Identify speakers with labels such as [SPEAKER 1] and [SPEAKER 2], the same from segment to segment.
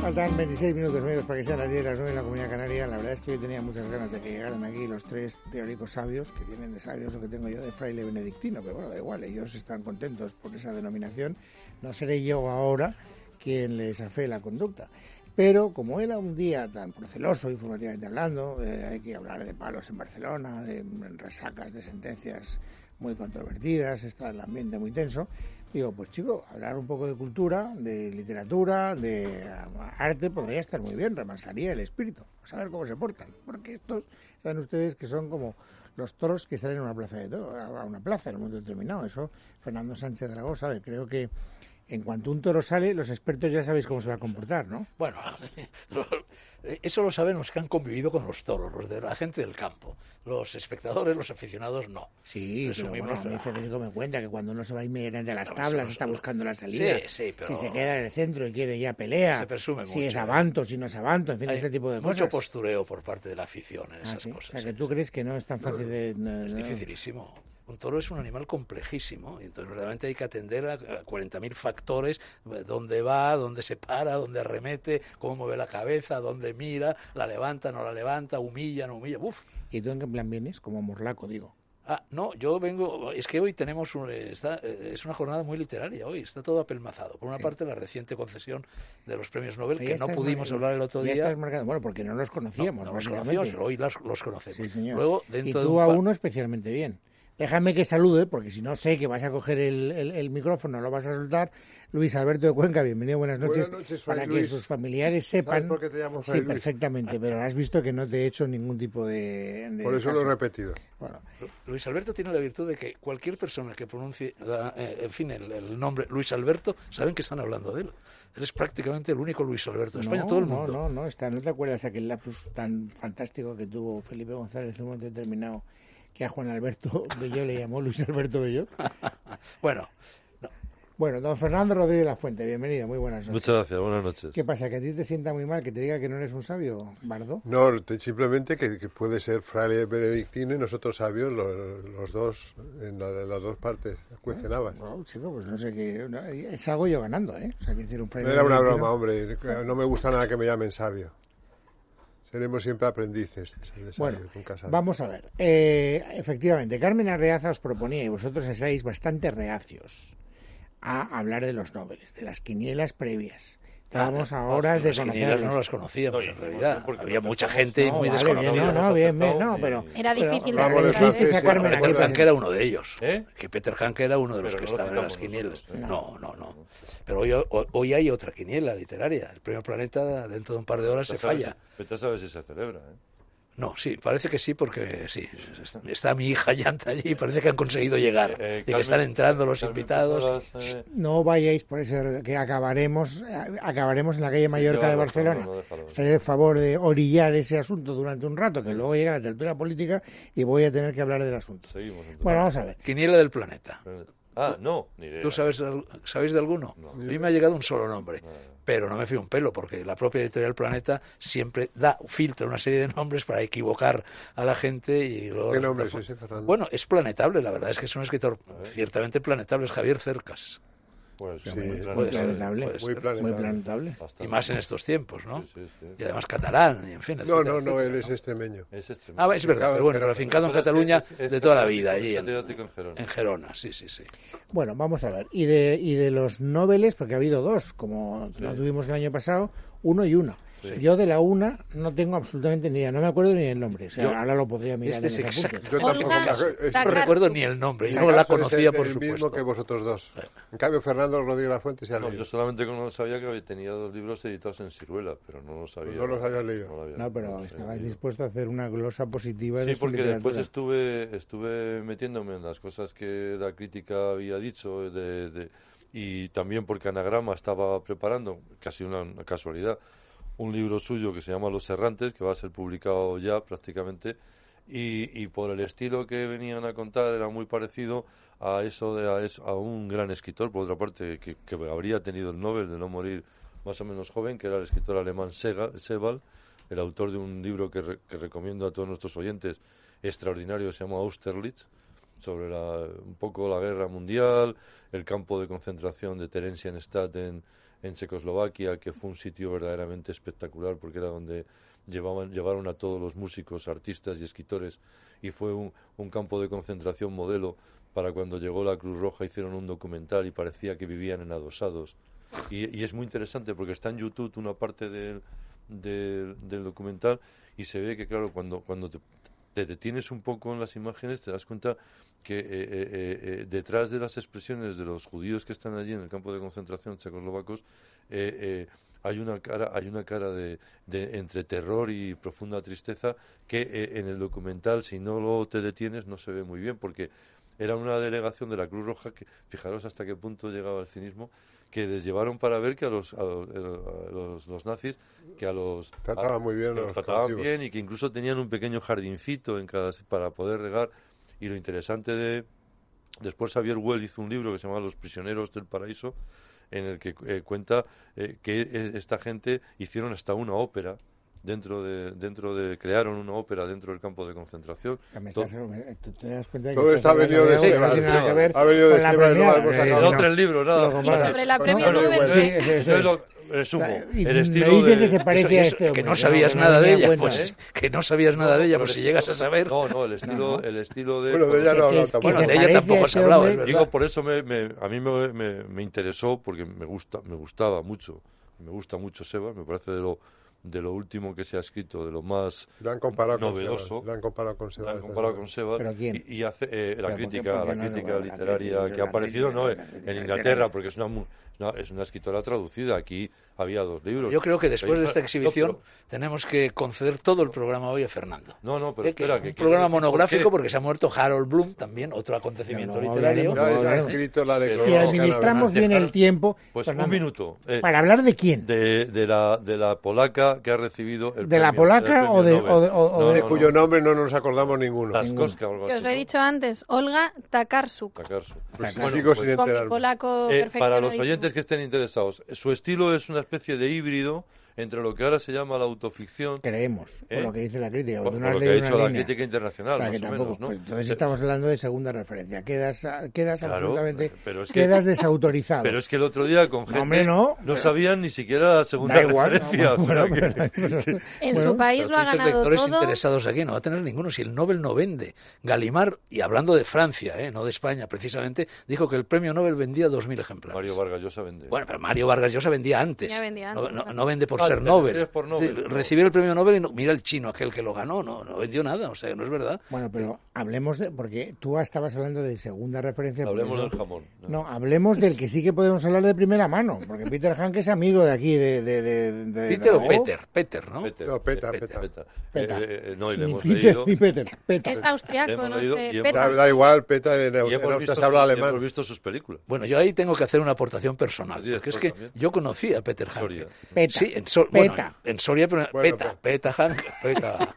[SPEAKER 1] Faltan 26 minutos medios para que sean las 10 de las 9 en la Comunidad Canaria. La verdad es que yo tenía muchas ganas de que llegaran aquí los tres teóricos sabios, que vienen de sabios lo que tengo yo de fraile benedictino, pero bueno, da igual, ellos están contentos por esa denominación. No seré yo ahora quien les afee la conducta. Pero como era un día tan proceloso, informativamente hablando, eh, hay que hablar de palos en Barcelona, de resacas de sentencias muy controvertidas, está el ambiente muy tenso. Digo, pues chico, hablar un poco de cultura, de literatura, de arte podría estar muy bien, remansaría el espíritu. Vamos a ver cómo se portan, porque estos, saben ustedes que son como los toros que salen a una plaza de toro, a una plaza en un momento determinado. Eso Fernando Sánchez Dragó sabe, creo que en cuanto un toro sale, los expertos ya sabéis cómo se va a comportar, ¿no?
[SPEAKER 2] Bueno, eso lo saben los que han convivido con los toros, los de la gente del campo. Los espectadores, los aficionados, no.
[SPEAKER 1] Sí, pero bueno, a mí Federico me cuenta que cuando uno se va inmediatamente a las no, tablas está buscando la salida.
[SPEAKER 2] Sí, sí, pero...
[SPEAKER 1] Si se queda en el centro y quiere ya pelea.
[SPEAKER 2] Se presume
[SPEAKER 1] Si
[SPEAKER 2] mucho, ¿eh?
[SPEAKER 1] es avanto, si no es avanto, en fin,
[SPEAKER 2] Hay
[SPEAKER 1] este tipo de
[SPEAKER 2] mucho
[SPEAKER 1] cosas.
[SPEAKER 2] postureo por parte de la afición en
[SPEAKER 1] Ah,
[SPEAKER 2] esas
[SPEAKER 1] sí.
[SPEAKER 2] cosas.
[SPEAKER 1] O sea,
[SPEAKER 2] sí.
[SPEAKER 1] que tú crees que no es tan fácil de... no,
[SPEAKER 2] Es
[SPEAKER 1] no.
[SPEAKER 2] dificilísimo. Un toro es un animal complejísimo, y entonces verdaderamente hay que atender a a 40.000 factores, eh, dónde va, dónde se para, dónde arremete, cómo mueve la cabeza, dónde mira, la levanta, no la levanta, humilla, no humilla, uf.
[SPEAKER 1] ¿Y tú en qué plan vienes? Como morlaco, digo.
[SPEAKER 2] Ah, no, yo vengo, es que hoy tenemos, un- está, eh, es una jornada muy literaria hoy, está todo apelmazado. Por una
[SPEAKER 1] Sí.
[SPEAKER 2] parte, la reciente concesión de los premios Nobel,
[SPEAKER 1] Ahí
[SPEAKER 2] que no
[SPEAKER 1] estás
[SPEAKER 2] pudimos
[SPEAKER 1] marcando-
[SPEAKER 2] hablar el otro
[SPEAKER 1] ya
[SPEAKER 2] día.
[SPEAKER 1] estás marcando- Bueno, porque no los conocíamos,
[SPEAKER 2] no, no los
[SPEAKER 1] básicamente.
[SPEAKER 2] conocíamos, hoy las- los conocemos.
[SPEAKER 1] Sí, señor.
[SPEAKER 2] Luego,
[SPEAKER 1] y
[SPEAKER 2] dentro de
[SPEAKER 1] tú
[SPEAKER 2] un
[SPEAKER 1] a
[SPEAKER 2] pa-
[SPEAKER 1] uno especialmente bien. Déjame que salude, porque si no sé que vas a coger el, el- el micrófono, lo vas a soltar. Luis Alberto de Cuenca, bienvenido, buenas noches.
[SPEAKER 3] Buenas noches, Fray
[SPEAKER 1] para que
[SPEAKER 3] Luis.
[SPEAKER 1] sus familiares sepan.
[SPEAKER 3] ¿Sabes por qué te llamo
[SPEAKER 1] sí,
[SPEAKER 3] Fray Luis?
[SPEAKER 1] perfectamente, pero has visto que no te he hecho ningún tipo de. de
[SPEAKER 3] Por eso lo
[SPEAKER 1] caso.
[SPEAKER 3] he repetido.
[SPEAKER 1] Bueno,
[SPEAKER 2] Luis Alberto tiene la virtud de que cualquier persona que pronuncie, la- eh, en fin, el, el nombre Luis Alberto, saben que están hablando de él. Él es prácticamente el único Luis Alberto de España,
[SPEAKER 1] no,
[SPEAKER 2] todo el
[SPEAKER 1] no,
[SPEAKER 2] mundo.
[SPEAKER 1] No, no, está, no te acuerdas aquel lapsus tan fantástico que tuvo Felipe González en un momento determinado que a Juan Alberto Bello le llamó Luis Alberto Bello.
[SPEAKER 2] Bueno,
[SPEAKER 1] Bueno, don Fernando Rodríguez La Fuente, bienvenido, muy buenas noches.
[SPEAKER 4] Muchas gracias, buenas noches.
[SPEAKER 1] ¿Qué pasa? ¿Que a ti te sienta muy mal que te diga que no eres un sabio, Bardo?
[SPEAKER 3] No, te- simplemente que, que puede ser fraile benedictino y nosotros sabios, lo- los, dos, en, la- en las dos partes, cuestionaban.
[SPEAKER 1] No, chico, pues no sé qué. no, eh, salgo yo ganando, ¿eh? O sea, que decir un
[SPEAKER 3] No
[SPEAKER 1] premio.
[SPEAKER 3] era una
[SPEAKER 1] Valentino.
[SPEAKER 3] broma, hombre. No me gusta nada que me llamen sabio. Seremos siempre aprendices de sabios,
[SPEAKER 1] Bueno,
[SPEAKER 3] nunca sabios.
[SPEAKER 1] vamos a ver. Eh, efectivamente, Carmen Arreaza os proponía, y vosotros seáis bastante reacios, a hablar de los nobles, de las quinielas previas. Estábamos a horas de
[SPEAKER 2] Ah, las quinielas no
[SPEAKER 1] conocerlos.
[SPEAKER 2] las conocíamos
[SPEAKER 4] No, y
[SPEAKER 2] en realidad.
[SPEAKER 4] porque
[SPEAKER 2] Había
[SPEAKER 4] no
[SPEAKER 2] mucha
[SPEAKER 4] tenemos-
[SPEAKER 2] gente
[SPEAKER 1] No,
[SPEAKER 2] muy
[SPEAKER 1] vale,
[SPEAKER 2] desconocida.
[SPEAKER 1] bien, no, no, bien, bien, no, pero...
[SPEAKER 5] Era difícil
[SPEAKER 1] pero,
[SPEAKER 5] de
[SPEAKER 3] Vamos
[SPEAKER 5] recordar.
[SPEAKER 1] elegisteis a Carmen
[SPEAKER 3] frases, ¿no?
[SPEAKER 1] Arreaza.
[SPEAKER 3] Recuerdan
[SPEAKER 2] Recuerdan que era uno de ellos.
[SPEAKER 4] ¿Eh?
[SPEAKER 2] Que Peter Hank era uno de los
[SPEAKER 4] Pero
[SPEAKER 2] que
[SPEAKER 4] no lo
[SPEAKER 2] estaban en las
[SPEAKER 4] citamos
[SPEAKER 2] quinielas.
[SPEAKER 4] nosotros,
[SPEAKER 2] No, no, no. Pero hoy, hoy- hoy hay otra quiniela literaria. El premio Planeta dentro de un par de horas se
[SPEAKER 4] Vete a saber
[SPEAKER 2] falla.
[SPEAKER 4] si- Vete a saber si se celebra. ¿eh?
[SPEAKER 2] No, sí, parece que sí, porque sí. Está mi hija llanta allí y parece que han conseguido llegar.
[SPEAKER 4] Eh,
[SPEAKER 2] y que
[SPEAKER 4] Carmen-
[SPEAKER 2] están entrando los
[SPEAKER 4] Carmen
[SPEAKER 2] invitados.
[SPEAKER 4] Posadas, eh,
[SPEAKER 1] No vayáis por ese que acabaremos eh, acabaremos en la calle Mallorca de
[SPEAKER 4] lleva razón,
[SPEAKER 1] Barcelona.
[SPEAKER 4] no, déjalo.
[SPEAKER 1] Haced el favor de orillar ese asunto durante un rato, que luego llega la tertulia política y voy a tener que hablar del asunto.
[SPEAKER 4] Seguimos. entonces.
[SPEAKER 1] Bueno, vamos a ver.
[SPEAKER 2] Quiniela del planeta.
[SPEAKER 4] Ah, no, ni idea.
[SPEAKER 2] ¿Tú sabes, al- sabéis de alguno? A mí me ha llegado un solo nombre, pero no me fío un pelo, porque la propia editorial Planeta siempre da, filtra una serie de nombres para equivocar a la gente y luego...
[SPEAKER 3] ¿Qué nombre es ese, Fernando?
[SPEAKER 2] Bueno, es planetable, la verdad es que es un escritor ciertamente planetable, es Javier Cercas,
[SPEAKER 4] Bueno, sí,
[SPEAKER 3] Sí, es
[SPEAKER 1] Muy Eh,
[SPEAKER 3] Puede ser,
[SPEAKER 4] claro,
[SPEAKER 1] planetable.
[SPEAKER 2] puede ser.
[SPEAKER 3] Muy planetable.
[SPEAKER 1] Muy planetable.
[SPEAKER 4] bastante.
[SPEAKER 2] y más en estos tiempos, ¿no?
[SPEAKER 4] Sí, sí, sí.
[SPEAKER 2] Y además catalán, y en fin.
[SPEAKER 3] No,
[SPEAKER 2] etcétera,
[SPEAKER 3] no, no,
[SPEAKER 2] etcétera,
[SPEAKER 3] él es este extremeño.
[SPEAKER 4] Es extremo.
[SPEAKER 2] Ah, es verdad,
[SPEAKER 3] Claro,
[SPEAKER 2] pero bueno,
[SPEAKER 3] pero-
[SPEAKER 2] pero afincado en
[SPEAKER 4] Pero es-
[SPEAKER 2] Cataluña
[SPEAKER 4] es- es
[SPEAKER 2] de toda la vida,
[SPEAKER 4] catedrático-
[SPEAKER 2] allí en,
[SPEAKER 4] catedrático en Gerona.
[SPEAKER 2] en Gerona, sí, sí, sí.
[SPEAKER 1] Bueno, vamos a ver. Y de, y de los noveles, porque ha habido dos, como lo tuvimos el año pasado, uno y una. Yo de la una no tengo absolutamente ni idea, no me acuerdo ni el nombre. O sea,
[SPEAKER 2] Yo-
[SPEAKER 1] ahora lo podría mirar.
[SPEAKER 2] Este
[SPEAKER 1] en
[SPEAKER 2] es
[SPEAKER 1] mis apuntes.
[SPEAKER 2] exacto.
[SPEAKER 3] Yo tampoco
[SPEAKER 5] Olga
[SPEAKER 3] la- es-
[SPEAKER 2] No
[SPEAKER 5] Tacar-
[SPEAKER 2] recuerdo ni el nombre, yo
[SPEAKER 3] Mi
[SPEAKER 2] no la
[SPEAKER 3] caso es
[SPEAKER 2] conocía,
[SPEAKER 3] el-
[SPEAKER 2] por
[SPEAKER 3] el
[SPEAKER 2] supuesto.
[SPEAKER 3] mismo que vosotros dos. En cambio, Fernando Rodríguez La Fuente se ha
[SPEAKER 4] No,
[SPEAKER 3] leído.
[SPEAKER 4] yo solamente no sabía que tenía dos libros editados en Ciruela, pero no lo sabía.
[SPEAKER 3] Pues No los había leído.
[SPEAKER 4] lo había-
[SPEAKER 1] No, pero
[SPEAKER 4] lo había
[SPEAKER 1] estabas
[SPEAKER 4] leído.
[SPEAKER 1] dispuesto a hacer una glosa positiva de
[SPEAKER 4] Sí,
[SPEAKER 1] su
[SPEAKER 4] porque después
[SPEAKER 1] literatura.
[SPEAKER 4] estuve, estuve metiéndome en las cosas que la crítica había dicho de- de- y también porque Anagrama estaba preparando, casi una, una casualidad, un libro suyo que se llama Los Errantes, que va a ser publicado ya prácticamente, y, y por el estilo que venían a contar era muy parecido a eso de a, es- a un gran escritor, por otra parte, que, que habría tenido el Nobel de no morir más o menos joven, que era el escritor alemán Sega- Sebald, el autor de un libro que, re- que recomiendo a todos nuestros oyentes, extraordinario, se llama Austerlitz, sobre la- un poco la guerra mundial, el campo de concentración de Theresienstadt en, en Checoslovaquia, que fue un sitio verdaderamente espectacular porque era donde llevaban, llevaron a todos los músicos, artistas y escritores y fue un, un campo de concentración modelo para cuando llegó la Cruz Roja hicieron un documental y parecía que vivían en adosados. Y, y es muy interesante porque está en YouTube una parte del, del, del documental y se ve que, claro, cuando, cuando te, te detienes un poco en las imágenes, te das cuenta que eh, eh, eh, eh, detrás de las expresiones de los judíos que están allí en el campo de concentración checoslovacos eh, eh, hay una cara, hay una cara de, de- entre terror y profunda tristeza que eh, en el documental, si no lo te detienes, no se ve muy bien porque era una delegación de la Cruz Roja que, fijaros hasta qué punto llegaba el cinismo, que les llevaron para ver que a los, a los, a los- los nazis, que a los...
[SPEAKER 3] Trataban
[SPEAKER 4] a-
[SPEAKER 3] muy bien
[SPEAKER 4] que
[SPEAKER 3] a
[SPEAKER 4] los
[SPEAKER 3] los
[SPEAKER 4] trataban
[SPEAKER 3] cautivos.
[SPEAKER 4] bien y que incluso tenían un pequeño jardincito en cada, para poder regar. Y lo interesante de... Después Xavier Well hizo un libro que se llama Los prisioneros del paraíso, en el que eh, cuenta eh, que eh, esta gente hicieron hasta una ópera dentro de dentro de crearon una ópera dentro del campo de concentración
[SPEAKER 1] Me
[SPEAKER 4] To-
[SPEAKER 1] estás- me- ¿Te te das cuenta de que
[SPEAKER 3] Todo esto ha
[SPEAKER 1] hablando
[SPEAKER 3] venido de
[SPEAKER 1] algo que
[SPEAKER 4] Seba,
[SPEAKER 1] no tiene nada que ver
[SPEAKER 3] ha venido de
[SPEAKER 1] con la Eh,
[SPEAKER 3] Seba y no la hemos
[SPEAKER 1] premiada.
[SPEAKER 3] sacado.
[SPEAKER 4] no, tres libros nada
[SPEAKER 1] Lo comparas.
[SPEAKER 5] Y sobre la
[SPEAKER 3] pues
[SPEAKER 1] Con
[SPEAKER 5] premio
[SPEAKER 1] Oliver
[SPEAKER 5] Nobel.
[SPEAKER 1] Wendell.
[SPEAKER 4] Entonces,
[SPEAKER 1] Sí, eso,
[SPEAKER 4] eh, yo
[SPEAKER 1] eso.
[SPEAKER 4] lo resumo
[SPEAKER 1] Y
[SPEAKER 4] el
[SPEAKER 1] me
[SPEAKER 4] estilo
[SPEAKER 1] dicen
[SPEAKER 4] de
[SPEAKER 1] que se parece
[SPEAKER 2] Eso-
[SPEAKER 1] a
[SPEAKER 2] eso-
[SPEAKER 1] este
[SPEAKER 2] que
[SPEAKER 1] hombre,
[SPEAKER 2] no sabías
[SPEAKER 1] que no me
[SPEAKER 2] nada de
[SPEAKER 1] tenía
[SPEAKER 2] ella,
[SPEAKER 1] cuenta. ¿eh?
[SPEAKER 2] pues es que no sabías nada de ella,
[SPEAKER 4] pero
[SPEAKER 2] pues si llegas a saber.
[SPEAKER 4] no no el estilo el estilo de
[SPEAKER 3] Bueno, de
[SPEAKER 1] O sea,
[SPEAKER 3] ella no ha
[SPEAKER 1] que
[SPEAKER 3] hablado
[SPEAKER 1] es- que
[SPEAKER 3] tampoco.
[SPEAKER 2] Bueno,
[SPEAKER 1] se
[SPEAKER 2] de ella
[SPEAKER 1] parece a
[SPEAKER 2] tampoco se
[SPEAKER 1] este
[SPEAKER 2] ha hablado,
[SPEAKER 1] hombre.
[SPEAKER 2] es verdad.
[SPEAKER 4] Digo, por eso me, me- a mí me, me- me interesó, porque me gusta, me gustaba mucho, me gusta mucho Sebas, me parece de lo, de lo último que se ha escrito, de lo más
[SPEAKER 3] Lo han comparado con
[SPEAKER 4] novedoso.
[SPEAKER 3] Sebas, Lo han comparado con
[SPEAKER 4] la
[SPEAKER 3] Sebas.
[SPEAKER 4] han comparado con Sebas
[SPEAKER 1] ¿Pero quién?
[SPEAKER 4] y, y hace eh, la
[SPEAKER 1] ¿por qué?
[SPEAKER 4] crítica,
[SPEAKER 1] Porque
[SPEAKER 4] la
[SPEAKER 1] no es
[SPEAKER 4] crítica
[SPEAKER 1] igual, la
[SPEAKER 4] literaria
[SPEAKER 1] crítica,
[SPEAKER 4] que ha
[SPEAKER 1] la
[SPEAKER 4] aparecido
[SPEAKER 1] crítica,
[SPEAKER 4] no
[SPEAKER 1] la
[SPEAKER 4] en,
[SPEAKER 1] crítica
[SPEAKER 4] en
[SPEAKER 1] literaria.
[SPEAKER 4] Inglaterra, porque es una, mu- una- es una escritora traducida. Aquí había dos libros.
[SPEAKER 2] Yo creo que después
[SPEAKER 4] Hay
[SPEAKER 2] de
[SPEAKER 4] una-
[SPEAKER 2] esta
[SPEAKER 4] no,
[SPEAKER 2] exhibición
[SPEAKER 4] pero-
[SPEAKER 2] tenemos que conceder todo el programa hoy a Fernando.
[SPEAKER 4] No, no, pero
[SPEAKER 2] Eh, que
[SPEAKER 4] espera,
[SPEAKER 2] un
[SPEAKER 4] que- que-
[SPEAKER 2] programa
[SPEAKER 4] ¿por qué?
[SPEAKER 2] monográfico porque se ha muerto Harold Bloom, también otro acontecimiento
[SPEAKER 1] Ya, no,
[SPEAKER 2] literario.
[SPEAKER 1] hablaremos, no,
[SPEAKER 3] Ya, ya ha
[SPEAKER 1] Pero-
[SPEAKER 3] escrito la
[SPEAKER 4] Pero
[SPEAKER 3] lección.
[SPEAKER 1] Si
[SPEAKER 4] no,
[SPEAKER 1] administramos
[SPEAKER 4] claro,
[SPEAKER 1] bien el
[SPEAKER 4] dejaros-
[SPEAKER 1] tiempo.
[SPEAKER 4] Pues
[SPEAKER 1] Fernando,
[SPEAKER 4] un minuto. eh,
[SPEAKER 1] ¿Para hablar de quién?
[SPEAKER 4] de, de, la, de la polaca que ha recibido el
[SPEAKER 1] ¿De la
[SPEAKER 4] premio-
[SPEAKER 1] polaca
[SPEAKER 4] el
[SPEAKER 1] o de-
[SPEAKER 4] premio Nobel.
[SPEAKER 1] o de- o- o
[SPEAKER 4] No,
[SPEAKER 3] de
[SPEAKER 4] no,
[SPEAKER 3] cuyo
[SPEAKER 4] no.
[SPEAKER 3] nombre no nos acordamos ninguno.
[SPEAKER 4] Laskowska, algo
[SPEAKER 5] Que os
[SPEAKER 4] así,
[SPEAKER 5] lo he
[SPEAKER 4] ¿no?
[SPEAKER 5] dicho antes, Olga Takarsuk,
[SPEAKER 4] Takarsu.
[SPEAKER 3] Pues
[SPEAKER 4] Bueno,
[SPEAKER 3] sigo
[SPEAKER 4] pues,
[SPEAKER 3] sin
[SPEAKER 5] con mi
[SPEAKER 3] enterarme.
[SPEAKER 5] polaco
[SPEAKER 4] eh,
[SPEAKER 5] perfecto.
[SPEAKER 4] para
[SPEAKER 5] lo
[SPEAKER 4] los
[SPEAKER 5] dice.
[SPEAKER 4] oyentes que estén interesados, su estilo es una especie de híbrido entre lo que ahora se llama la autoficción
[SPEAKER 1] Creemos, por
[SPEAKER 4] ¿Eh?
[SPEAKER 1] lo que dice la crítica.
[SPEAKER 4] o
[SPEAKER 1] porque
[SPEAKER 4] o
[SPEAKER 1] tú no has
[SPEAKER 4] lo que ha
[SPEAKER 1] leído una
[SPEAKER 4] hecho la
[SPEAKER 1] línea.
[SPEAKER 4] crítica internacional,
[SPEAKER 1] O sea, que
[SPEAKER 4] más o
[SPEAKER 1] tampoco-
[SPEAKER 4] menos, ¿no?
[SPEAKER 1] pues entonces
[SPEAKER 4] Eh,
[SPEAKER 1] estamos hablando de segunda referencia. Quedas, quedas
[SPEAKER 4] Claro, eh,
[SPEAKER 1] absolutamente,
[SPEAKER 4] pero es que-
[SPEAKER 1] quedas desautorizado.
[SPEAKER 4] Pero es que el otro día con gente
[SPEAKER 1] hombre, no, pero-
[SPEAKER 4] sabían ni siquiera la segunda
[SPEAKER 1] da igual.
[SPEAKER 4] referencia.
[SPEAKER 1] ¿no?
[SPEAKER 4] o sea
[SPEAKER 1] Bueno,
[SPEAKER 4] que-
[SPEAKER 1] pero- pero-
[SPEAKER 5] En
[SPEAKER 1] bueno,
[SPEAKER 5] su país lo ha
[SPEAKER 2] dices
[SPEAKER 5] ganado
[SPEAKER 2] lectores
[SPEAKER 5] todo.
[SPEAKER 2] interesados aquí, no va a tener ninguno. Si el Nobel no vende, Galimar, y hablando de Francia, eh, no de España precisamente, dijo que el premio Nobel vendía 2.000 ejemplares.
[SPEAKER 4] Mario Vargas Llosa vende.
[SPEAKER 2] Bueno, pero Mario Vargas Llosa vendía antes.
[SPEAKER 5] Ya vendía
[SPEAKER 2] No-
[SPEAKER 5] antes,
[SPEAKER 2] no,
[SPEAKER 5] claro.
[SPEAKER 2] no vende por
[SPEAKER 4] Ah,
[SPEAKER 2] ser
[SPEAKER 4] te
[SPEAKER 2] Nobel.
[SPEAKER 4] refieres por Nobel,
[SPEAKER 2] Sí,
[SPEAKER 4] no.
[SPEAKER 2] Recibir el premio Nobel y no- mira el chino, aquel que lo ganó, no, no vendió nada, o sea, no es verdad.
[SPEAKER 1] Bueno, pero hablemos de. Porque tú estabas hablando de segunda referencia. porque
[SPEAKER 4] Hablemos
[SPEAKER 1] eso-
[SPEAKER 4] del jamón. ¿no?
[SPEAKER 1] No, hablemos del que sí que podemos hablar de primera mano. Porque Peter Hank es amigo de aquí, de. de, de, de-
[SPEAKER 2] Peter o
[SPEAKER 1] ¿no?
[SPEAKER 2] Peter, Peter, ¿no?
[SPEAKER 4] Peter,
[SPEAKER 3] No, peta,
[SPEAKER 4] eh,
[SPEAKER 3] peta.
[SPEAKER 1] Peta.
[SPEAKER 4] Eh, eh, eh, no, y le
[SPEAKER 1] Ni
[SPEAKER 4] hemos
[SPEAKER 1] Peter,
[SPEAKER 4] leído.
[SPEAKER 1] ni Peter. Peter.
[SPEAKER 5] Es austriaco,
[SPEAKER 4] Hemos
[SPEAKER 5] no
[SPEAKER 4] leído y
[SPEAKER 5] sé.
[SPEAKER 4] hemos-
[SPEAKER 5] Peter.
[SPEAKER 3] Da, da igual, peta en, en
[SPEAKER 4] Y hemos visto
[SPEAKER 3] Austria se
[SPEAKER 4] su-
[SPEAKER 3] habla
[SPEAKER 4] y
[SPEAKER 3] alemán.
[SPEAKER 4] hemos visto sus películas.
[SPEAKER 2] Bueno, yo ahí tengo que hacer una aportación personal,
[SPEAKER 4] Sí,
[SPEAKER 2] porque es
[SPEAKER 4] por
[SPEAKER 2] que
[SPEAKER 4] también.
[SPEAKER 2] yo conocí a Peter Hanke.
[SPEAKER 4] Soria.
[SPEAKER 1] Peta.
[SPEAKER 2] Sí, en, Sor-
[SPEAKER 1] Peta.
[SPEAKER 2] bueno, en Soria, pero
[SPEAKER 3] Bueno,
[SPEAKER 2] Peta, Peta Hanke, Peta.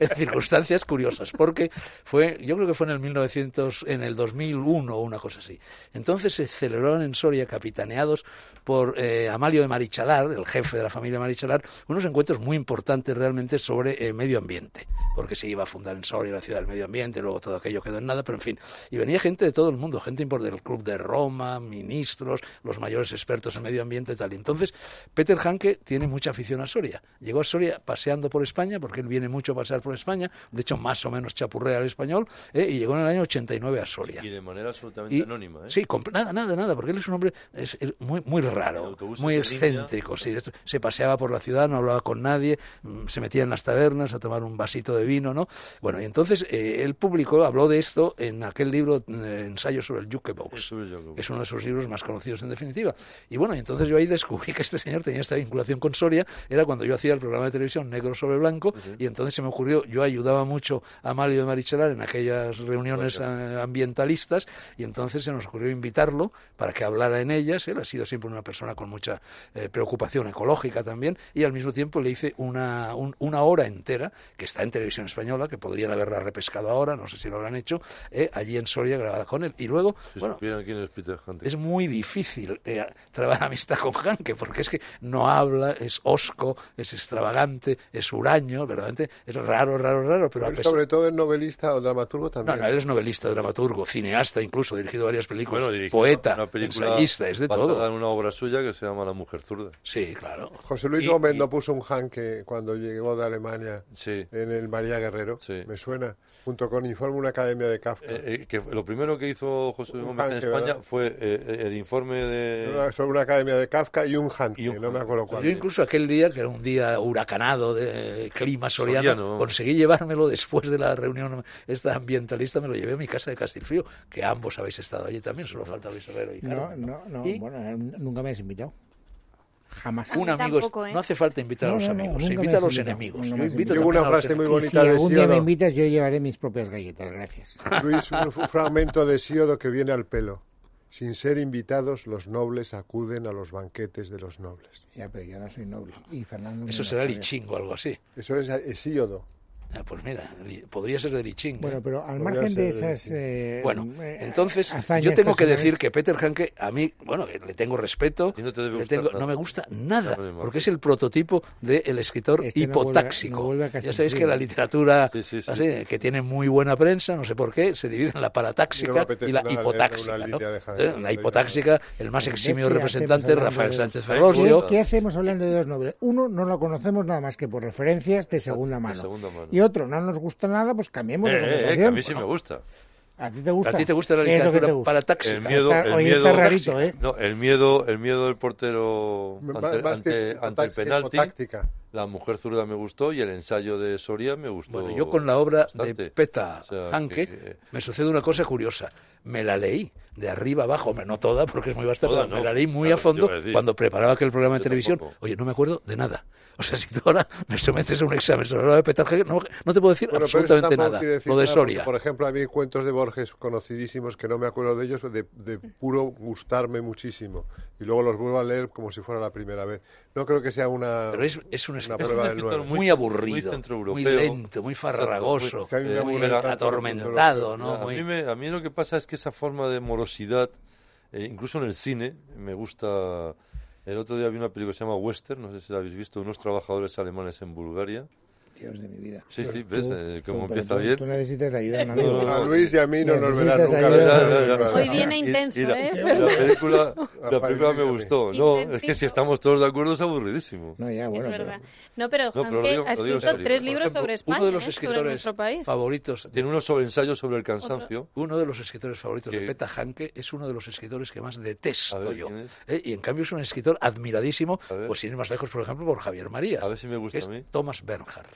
[SPEAKER 2] en circunstancias curiosas, porque fue, yo creo que fue en el 1900, en el 2001 o una cosa así. Entonces se celebraron en Soria, capitaneados por eh, Amalio de Marichalar, el jefe de la familia Marichalar, unos encuentros muy importantes realmente sobre eh, medio ambiente, porque se iba a fundar en Soria la ciudad del medio ambiente, luego todo aquello quedó en nada, pero en fin. Y venía gente de todo el mundo, gente importante del Club de Roma, ministros, los mayores expertos en medio ambiente y tal. Y entonces, Peter Hanke tiene mucha afición a Soria. Llegó a Soria paseando por España, porque él viene mucho a pasear por España, de hecho, más o menos chapurrea el español, ¿eh? y llegó en el año 89 a Soria.
[SPEAKER 4] Y de manera absolutamente
[SPEAKER 2] Y-
[SPEAKER 4] anónima. ¿eh?
[SPEAKER 2] Sí, comp- nada, nada, nada, porque él es un hombre es, eh, muy, muy
[SPEAKER 4] En
[SPEAKER 2] raro,
[SPEAKER 4] autobuses
[SPEAKER 2] muy
[SPEAKER 4] de línea.
[SPEAKER 2] excéntrico. sí, de esto- se paseaba por la ciudad, no hablaba con nadie, mm, se metía en las tabernas a tomar un vasito de vino, ¿no? Bueno, y entonces eh, el público habló de esto en aquel libro, eh, Ensayo sobre el
[SPEAKER 1] pues,
[SPEAKER 2] Jukebox.
[SPEAKER 4] Eso es lo que-
[SPEAKER 2] Es uno de sus libros más conocidos en definitiva. Y bueno, y entonces yo ahí descubrí que este señor tenía esta vinculación con Soria. Era cuando yo hacía el programa de televisión Negro sobre Blanco. Y entonces que se me ocurrió, yo ayudaba mucho a Malio de Marichalar en aquellas reuniones eh, ambientalistas y entonces se nos ocurrió invitarlo para que hablara en ellas. Él ha sido siempre una persona con mucha eh, preocupación ecológica también y al mismo tiempo le hice una, un- una hora entera que está en televisión española, que podrían haberla repescado ahora, no sé si lo habrán hecho, eh, allí en Soria grabada con él. Y luego,
[SPEAKER 4] Si
[SPEAKER 2] bueno,
[SPEAKER 4] supieran quién es Peter Huntington.
[SPEAKER 2] es muy difícil eh, trabar amistad con Hanke, porque es que no habla, es osco, es extravagante, es huraño, verdaderamente es raro, raro, raro, pero a
[SPEAKER 3] Pero
[SPEAKER 2] pesar...
[SPEAKER 3] sobre todo el novelista o dramaturgo
[SPEAKER 2] No,
[SPEAKER 3] también.
[SPEAKER 2] no, él es novelista, dramaturgo, cineasta incluso, ha dirigido varias películas,
[SPEAKER 4] Bueno, dirigió
[SPEAKER 2] poeta,
[SPEAKER 4] una película
[SPEAKER 2] ensayista, es de
[SPEAKER 4] basada
[SPEAKER 2] todo.
[SPEAKER 4] en una obra suya que se llama La mujer zurda.
[SPEAKER 2] Sí, claro.
[SPEAKER 3] José Luis
[SPEAKER 2] Y-
[SPEAKER 3] Gómez
[SPEAKER 2] y-
[SPEAKER 3] no puso un hanque cuando llegó de Alemania
[SPEAKER 4] Sí.
[SPEAKER 3] en el María Guerrero,
[SPEAKER 4] Sí.
[SPEAKER 3] me suena, junto con Informe una Academia de Kafka.
[SPEAKER 4] Eh, eh, que lo primero que hizo José Luis
[SPEAKER 3] Un
[SPEAKER 4] Gómez en
[SPEAKER 3] hanque,
[SPEAKER 4] España
[SPEAKER 3] ¿verdad?
[SPEAKER 4] fue eh, eh, el informe de...
[SPEAKER 3] Una- sobre una Academia de Kafka y un hanque,
[SPEAKER 4] eh. y un
[SPEAKER 3] no me acuerdo
[SPEAKER 4] hanque.
[SPEAKER 3] cuál.
[SPEAKER 2] Yo incluso aquel día, que era un día huracanado de clima soriano,
[SPEAKER 4] Soriano.
[SPEAKER 2] conseguí llevármelo después de la reunión esta ambientalista, me lo llevé a mi casa de Castilfrío, que ambos habéis estado allí también, solo falta Luis Herrero y
[SPEAKER 1] No,
[SPEAKER 2] Carmen,
[SPEAKER 1] no, no,
[SPEAKER 2] Y-
[SPEAKER 1] bueno, eh, nunca me has invitado. Jamás.
[SPEAKER 2] un
[SPEAKER 5] A mí
[SPEAKER 2] amigo es-
[SPEAKER 5] tampoco, ¿eh?
[SPEAKER 2] no hace falta invitar a
[SPEAKER 1] No,
[SPEAKER 2] los
[SPEAKER 1] no, no,
[SPEAKER 2] amigos, se
[SPEAKER 1] nunca me
[SPEAKER 2] invita a
[SPEAKER 1] has
[SPEAKER 2] los
[SPEAKER 1] invitado,
[SPEAKER 2] enemigos.
[SPEAKER 1] nunca
[SPEAKER 2] Yo
[SPEAKER 1] me has
[SPEAKER 2] invito
[SPEAKER 1] invitado.
[SPEAKER 3] Yo hubo
[SPEAKER 2] también
[SPEAKER 3] una
[SPEAKER 2] a los
[SPEAKER 3] frase muy
[SPEAKER 2] enemigos.
[SPEAKER 1] Y si
[SPEAKER 3] bonita de
[SPEAKER 1] algún día me
[SPEAKER 3] Siodo.
[SPEAKER 1] invitas, yo llevaré mis propias galletas, gracias.
[SPEAKER 3] Luis, un, un fragmento de Síodo que viene al pelo. Sin ser invitados, los nobles acuden a los banquetes de los nobles.
[SPEAKER 1] Ya, pero yo no soy noble. Y Fernando.
[SPEAKER 2] Eso
[SPEAKER 1] menos
[SPEAKER 2] será
[SPEAKER 1] todavía.
[SPEAKER 2] Lichingo o algo así.
[SPEAKER 3] Eso es Hesíodo.
[SPEAKER 2] Ah, pues mira, li- podría ser de Lichingo.
[SPEAKER 1] Bueno, pero al
[SPEAKER 3] Podría
[SPEAKER 1] margen de
[SPEAKER 3] ser,
[SPEAKER 1] esas.
[SPEAKER 3] sí.
[SPEAKER 1] eh,
[SPEAKER 2] Bueno,
[SPEAKER 1] eh,
[SPEAKER 2] entonces
[SPEAKER 1] hazañas
[SPEAKER 2] yo tengo que
[SPEAKER 1] personales,
[SPEAKER 2] decir que Peter Hanke a mí, bueno, que le tengo respeto,
[SPEAKER 4] Y no te debe
[SPEAKER 2] le
[SPEAKER 4] gustar
[SPEAKER 2] tengo-
[SPEAKER 4] nada.
[SPEAKER 2] no me gusta nada,
[SPEAKER 4] Sabe de mal.
[SPEAKER 2] porque es el prototipo del escritor
[SPEAKER 1] Este no vuelve a-
[SPEAKER 2] hipotáxico.
[SPEAKER 1] no vuelve a
[SPEAKER 2] ya
[SPEAKER 1] Castillo.
[SPEAKER 2] sabéis que la literatura
[SPEAKER 4] Sí, sí, sí.
[SPEAKER 2] así, que tiene muy buena prensa, no sé por qué, se divide en la
[SPEAKER 3] Y no me
[SPEAKER 2] paratáxica
[SPEAKER 3] apetece
[SPEAKER 2] y la
[SPEAKER 3] nada leer
[SPEAKER 2] hipotáxica.
[SPEAKER 3] una
[SPEAKER 2] ¿no?
[SPEAKER 3] línea de Hanke,
[SPEAKER 2] Eh,
[SPEAKER 3] una
[SPEAKER 2] la
[SPEAKER 3] línea.
[SPEAKER 2] hipotáxica, el más eximio
[SPEAKER 1] ¿qué
[SPEAKER 2] representante es
[SPEAKER 1] hacemos
[SPEAKER 2] Rafael
[SPEAKER 1] hablando de-
[SPEAKER 2] Sánchez
[SPEAKER 1] ¿Qué,
[SPEAKER 2] Ferrosio.
[SPEAKER 1] qué hacemos hablando de dos nobles? Uno, no lo conocemos nada más que por referencias de segunda mano.
[SPEAKER 4] segunda mano.
[SPEAKER 1] Y otro, no nos gusta nada, pues cambiemos
[SPEAKER 4] Eh,
[SPEAKER 1] de
[SPEAKER 4] eh, eh,
[SPEAKER 1] conversación.
[SPEAKER 4] que a mí sí me gusta.
[SPEAKER 1] ¿A ti te gusta?
[SPEAKER 2] ¿A ti te gusta la
[SPEAKER 1] ¿Qué es lo que
[SPEAKER 2] literatura
[SPEAKER 1] te gusta?
[SPEAKER 2] paratáxica?
[SPEAKER 4] El miedo,
[SPEAKER 1] está-
[SPEAKER 4] el
[SPEAKER 1] hoy
[SPEAKER 4] miedo,
[SPEAKER 1] está rarito, ¿eh?
[SPEAKER 4] No, el miedo, el miedo del portero
[SPEAKER 3] M-
[SPEAKER 4] ante,
[SPEAKER 3] más que
[SPEAKER 4] ante- ante el
[SPEAKER 3] hipotáxica,
[SPEAKER 4] penalti.
[SPEAKER 3] hipotáctica.
[SPEAKER 4] La mujer zurda me gustó y el ensayo de Soria me gustó.
[SPEAKER 2] Ah, Bueno, yo con la obra de
[SPEAKER 4] bastante.
[SPEAKER 2] Peta
[SPEAKER 4] O sea,
[SPEAKER 2] Hanke
[SPEAKER 4] que- eh,
[SPEAKER 2] me sucede una cosa curiosa. Me la leí de arriba abajo, hombre, no toda porque es muy vasta,
[SPEAKER 4] Toda
[SPEAKER 2] pero me
[SPEAKER 4] no,
[SPEAKER 2] la leí muy
[SPEAKER 4] claro,
[SPEAKER 2] a fondo
[SPEAKER 4] te iba a decir.
[SPEAKER 2] cuando preparaba aquel programa de
[SPEAKER 4] Yo
[SPEAKER 2] televisión.
[SPEAKER 4] tampoco.
[SPEAKER 2] Oye, no me acuerdo de nada. O sea, si tú ahora me sometes a un examen sobre la obra de Peta Hanke, no, no te puedo decir
[SPEAKER 3] Bueno, pero eso
[SPEAKER 2] absolutamente
[SPEAKER 3] tampoco
[SPEAKER 2] nada.
[SPEAKER 3] quiere decir
[SPEAKER 2] Lo de
[SPEAKER 3] nada, porque,
[SPEAKER 2] Soria.
[SPEAKER 3] Por ejemplo, a mí cuentos de Borges conocidísimos que no me acuerdo de ellos, de, de puro gustarme muchísimo. Y luego los vuelvo a leer como si fuera la primera vez. No creo que sea una...
[SPEAKER 2] Pero es, es un, es
[SPEAKER 3] Una
[SPEAKER 2] un
[SPEAKER 3] prueba del
[SPEAKER 2] escritor
[SPEAKER 3] nueve.
[SPEAKER 2] muy,
[SPEAKER 4] Muy
[SPEAKER 2] aburrido,
[SPEAKER 4] centroeuropeo.
[SPEAKER 2] muy lento, muy
[SPEAKER 4] Exacto,
[SPEAKER 2] farragoso,
[SPEAKER 4] muy-
[SPEAKER 3] que a mí me
[SPEAKER 2] muy
[SPEAKER 3] aburre tanto
[SPEAKER 2] atormentado,
[SPEAKER 3] los
[SPEAKER 2] ¿no?
[SPEAKER 4] A,
[SPEAKER 2] Muy-
[SPEAKER 4] mí me- a mí lo que pasa es que esa forma de morosidad, eh, incluso en el cine, me gusta. El otro día vi una película que se llama Western, no sé si la habéis visto, unos trabajadores alemanes en Bulgaria.
[SPEAKER 1] Dios de mi vida.
[SPEAKER 4] Sí, sí,
[SPEAKER 1] Tú-
[SPEAKER 4] ves eh, cómo
[SPEAKER 1] pero
[SPEAKER 4] empieza
[SPEAKER 1] tú-
[SPEAKER 4] bien.
[SPEAKER 1] Tú necesitas la ayuda de un amigo.
[SPEAKER 4] No, no,
[SPEAKER 3] A Luis y a mí no nos verán
[SPEAKER 1] Necesitas
[SPEAKER 3] nunca.
[SPEAKER 1] ayuda.
[SPEAKER 3] verán
[SPEAKER 4] Ya, ya,
[SPEAKER 3] nunca.
[SPEAKER 4] ya.
[SPEAKER 5] Hoy viene
[SPEAKER 4] Y-
[SPEAKER 5] intenso,
[SPEAKER 4] y la,
[SPEAKER 5] ¿eh?
[SPEAKER 4] y la película, la película me
[SPEAKER 3] Intenso.
[SPEAKER 4] gustó. No, es que si
[SPEAKER 5] Intensísimo.
[SPEAKER 4] estamos todos de acuerdo es aburridísimo.
[SPEAKER 1] No, ya, bueno.
[SPEAKER 5] es
[SPEAKER 1] pero-
[SPEAKER 5] verdad. No, pero
[SPEAKER 4] pero
[SPEAKER 5] Hanke
[SPEAKER 4] lo digo-
[SPEAKER 5] ha
[SPEAKER 4] lo digo en
[SPEAKER 5] escrito
[SPEAKER 4] serio.
[SPEAKER 5] tres
[SPEAKER 4] Por
[SPEAKER 5] libros
[SPEAKER 2] ejemplo,
[SPEAKER 5] sobre España,
[SPEAKER 2] uno de los
[SPEAKER 5] ¿eh? sobre
[SPEAKER 2] escritores
[SPEAKER 5] nuestro país.
[SPEAKER 3] ¿Ah,
[SPEAKER 2] favoritos
[SPEAKER 4] Tiene unos sobre ensayos sobre el cansancio.
[SPEAKER 2] Uno de los escritores favoritos de
[SPEAKER 4] Sí.
[SPEAKER 2] Peta Hanke es uno de los escritores que más
[SPEAKER 4] A
[SPEAKER 2] detesto
[SPEAKER 4] ver,
[SPEAKER 2] yo.
[SPEAKER 4] ¿quién es?
[SPEAKER 2] ¿eh? Y en cambio es un escritor admiradísimo,
[SPEAKER 4] A ver.
[SPEAKER 2] pues sin ir más lejos, por ejemplo, por Javier Marías.
[SPEAKER 4] A ver si me gusta
[SPEAKER 2] que es
[SPEAKER 4] a mí.
[SPEAKER 2] Thomas Bernhard.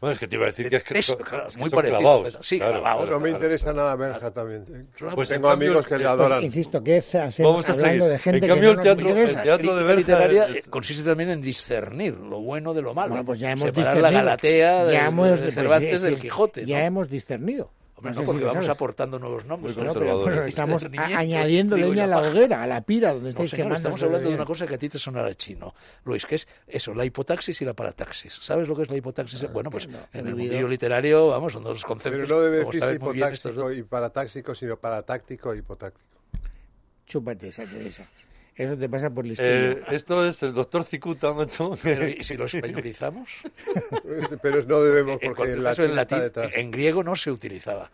[SPEAKER 4] Bueno, es que te iba a decir que es que,
[SPEAKER 2] Detesto,
[SPEAKER 4] son-
[SPEAKER 2] claro,
[SPEAKER 4] es que
[SPEAKER 2] muy
[SPEAKER 4] son
[SPEAKER 2] parecido,
[SPEAKER 4] clavaos.
[SPEAKER 2] sí, clavaos,
[SPEAKER 3] No me
[SPEAKER 4] claro.
[SPEAKER 3] interesa nada Berja también.
[SPEAKER 4] Pues
[SPEAKER 3] Tengo
[SPEAKER 4] en cambio,
[SPEAKER 3] amigos que le
[SPEAKER 4] eh,
[SPEAKER 3] adoran.
[SPEAKER 1] Insisto, ¿qué hacemos
[SPEAKER 4] Vamos a
[SPEAKER 1] hablando
[SPEAKER 4] seguir.
[SPEAKER 1] de gente
[SPEAKER 4] En cambio,
[SPEAKER 1] que
[SPEAKER 4] el
[SPEAKER 1] no
[SPEAKER 4] teatro-
[SPEAKER 1] nos interesa?
[SPEAKER 4] el teatro-
[SPEAKER 2] La
[SPEAKER 4] de
[SPEAKER 2] crítica
[SPEAKER 4] Bernhard
[SPEAKER 2] literaria
[SPEAKER 4] es-
[SPEAKER 2] eh, consiste también en discernir lo bueno de lo malo.
[SPEAKER 1] Bueno, pues ya hemos
[SPEAKER 2] Separar la
[SPEAKER 1] discernido.
[SPEAKER 2] Galatea de,
[SPEAKER 1] Ya hemos-
[SPEAKER 2] de Cervantes
[SPEAKER 1] pues, sí,
[SPEAKER 2] del
[SPEAKER 1] sí,
[SPEAKER 2] Quijote.
[SPEAKER 1] Ya
[SPEAKER 2] ¿no?
[SPEAKER 1] hemos discernido. No
[SPEAKER 2] Hombre, no,
[SPEAKER 1] sé si
[SPEAKER 2] porque
[SPEAKER 1] lo
[SPEAKER 2] vamos
[SPEAKER 1] sabes.
[SPEAKER 2] aportando nuevos nombres.
[SPEAKER 4] Muy
[SPEAKER 2] ¿no?
[SPEAKER 1] No, pero
[SPEAKER 4] conservadores.
[SPEAKER 1] bueno, estamos a-
[SPEAKER 2] Discernimiento,
[SPEAKER 1] añadiendo
[SPEAKER 2] digo
[SPEAKER 1] leña a
[SPEAKER 2] yo,
[SPEAKER 1] la
[SPEAKER 2] paja.
[SPEAKER 1] hoguera, a la pira donde
[SPEAKER 2] No,
[SPEAKER 1] estáis
[SPEAKER 2] señor,
[SPEAKER 1] quemando.
[SPEAKER 2] estamos
[SPEAKER 1] el
[SPEAKER 2] hablando de
[SPEAKER 1] leña.
[SPEAKER 2] una cosa que a ti te sonará chino, Luis, que es eso, la hipotaxis y la parataxis. ¿Sabes lo que es la
[SPEAKER 3] Ah,
[SPEAKER 2] hipotaxis? bueno, pues
[SPEAKER 1] entiendo.
[SPEAKER 2] en
[SPEAKER 1] Mi
[SPEAKER 2] el
[SPEAKER 1] vida.
[SPEAKER 2] mundillo literario, vamos, son dos
[SPEAKER 3] Pero
[SPEAKER 2] conceptos.
[SPEAKER 3] no debe
[SPEAKER 2] como
[SPEAKER 3] decirse
[SPEAKER 2] sabes muy bien este estos
[SPEAKER 3] hipotáctico
[SPEAKER 2] dos.
[SPEAKER 3] y paratáctico, sino paratáctico y hipotáctico.
[SPEAKER 1] Chúpate esa Teresa. Eso te pasa por listillo.
[SPEAKER 4] Eh, esto es el doctor Cicuta, macho.
[SPEAKER 2] Pero, ¿y si lo españolizamos?
[SPEAKER 3] Pero no debemos
[SPEAKER 2] en
[SPEAKER 3] porque
[SPEAKER 2] cualquier
[SPEAKER 3] el
[SPEAKER 2] caso,
[SPEAKER 3] latín
[SPEAKER 2] en,
[SPEAKER 3] está
[SPEAKER 2] latín-
[SPEAKER 3] detrás.
[SPEAKER 2] en griego no se utilizaba.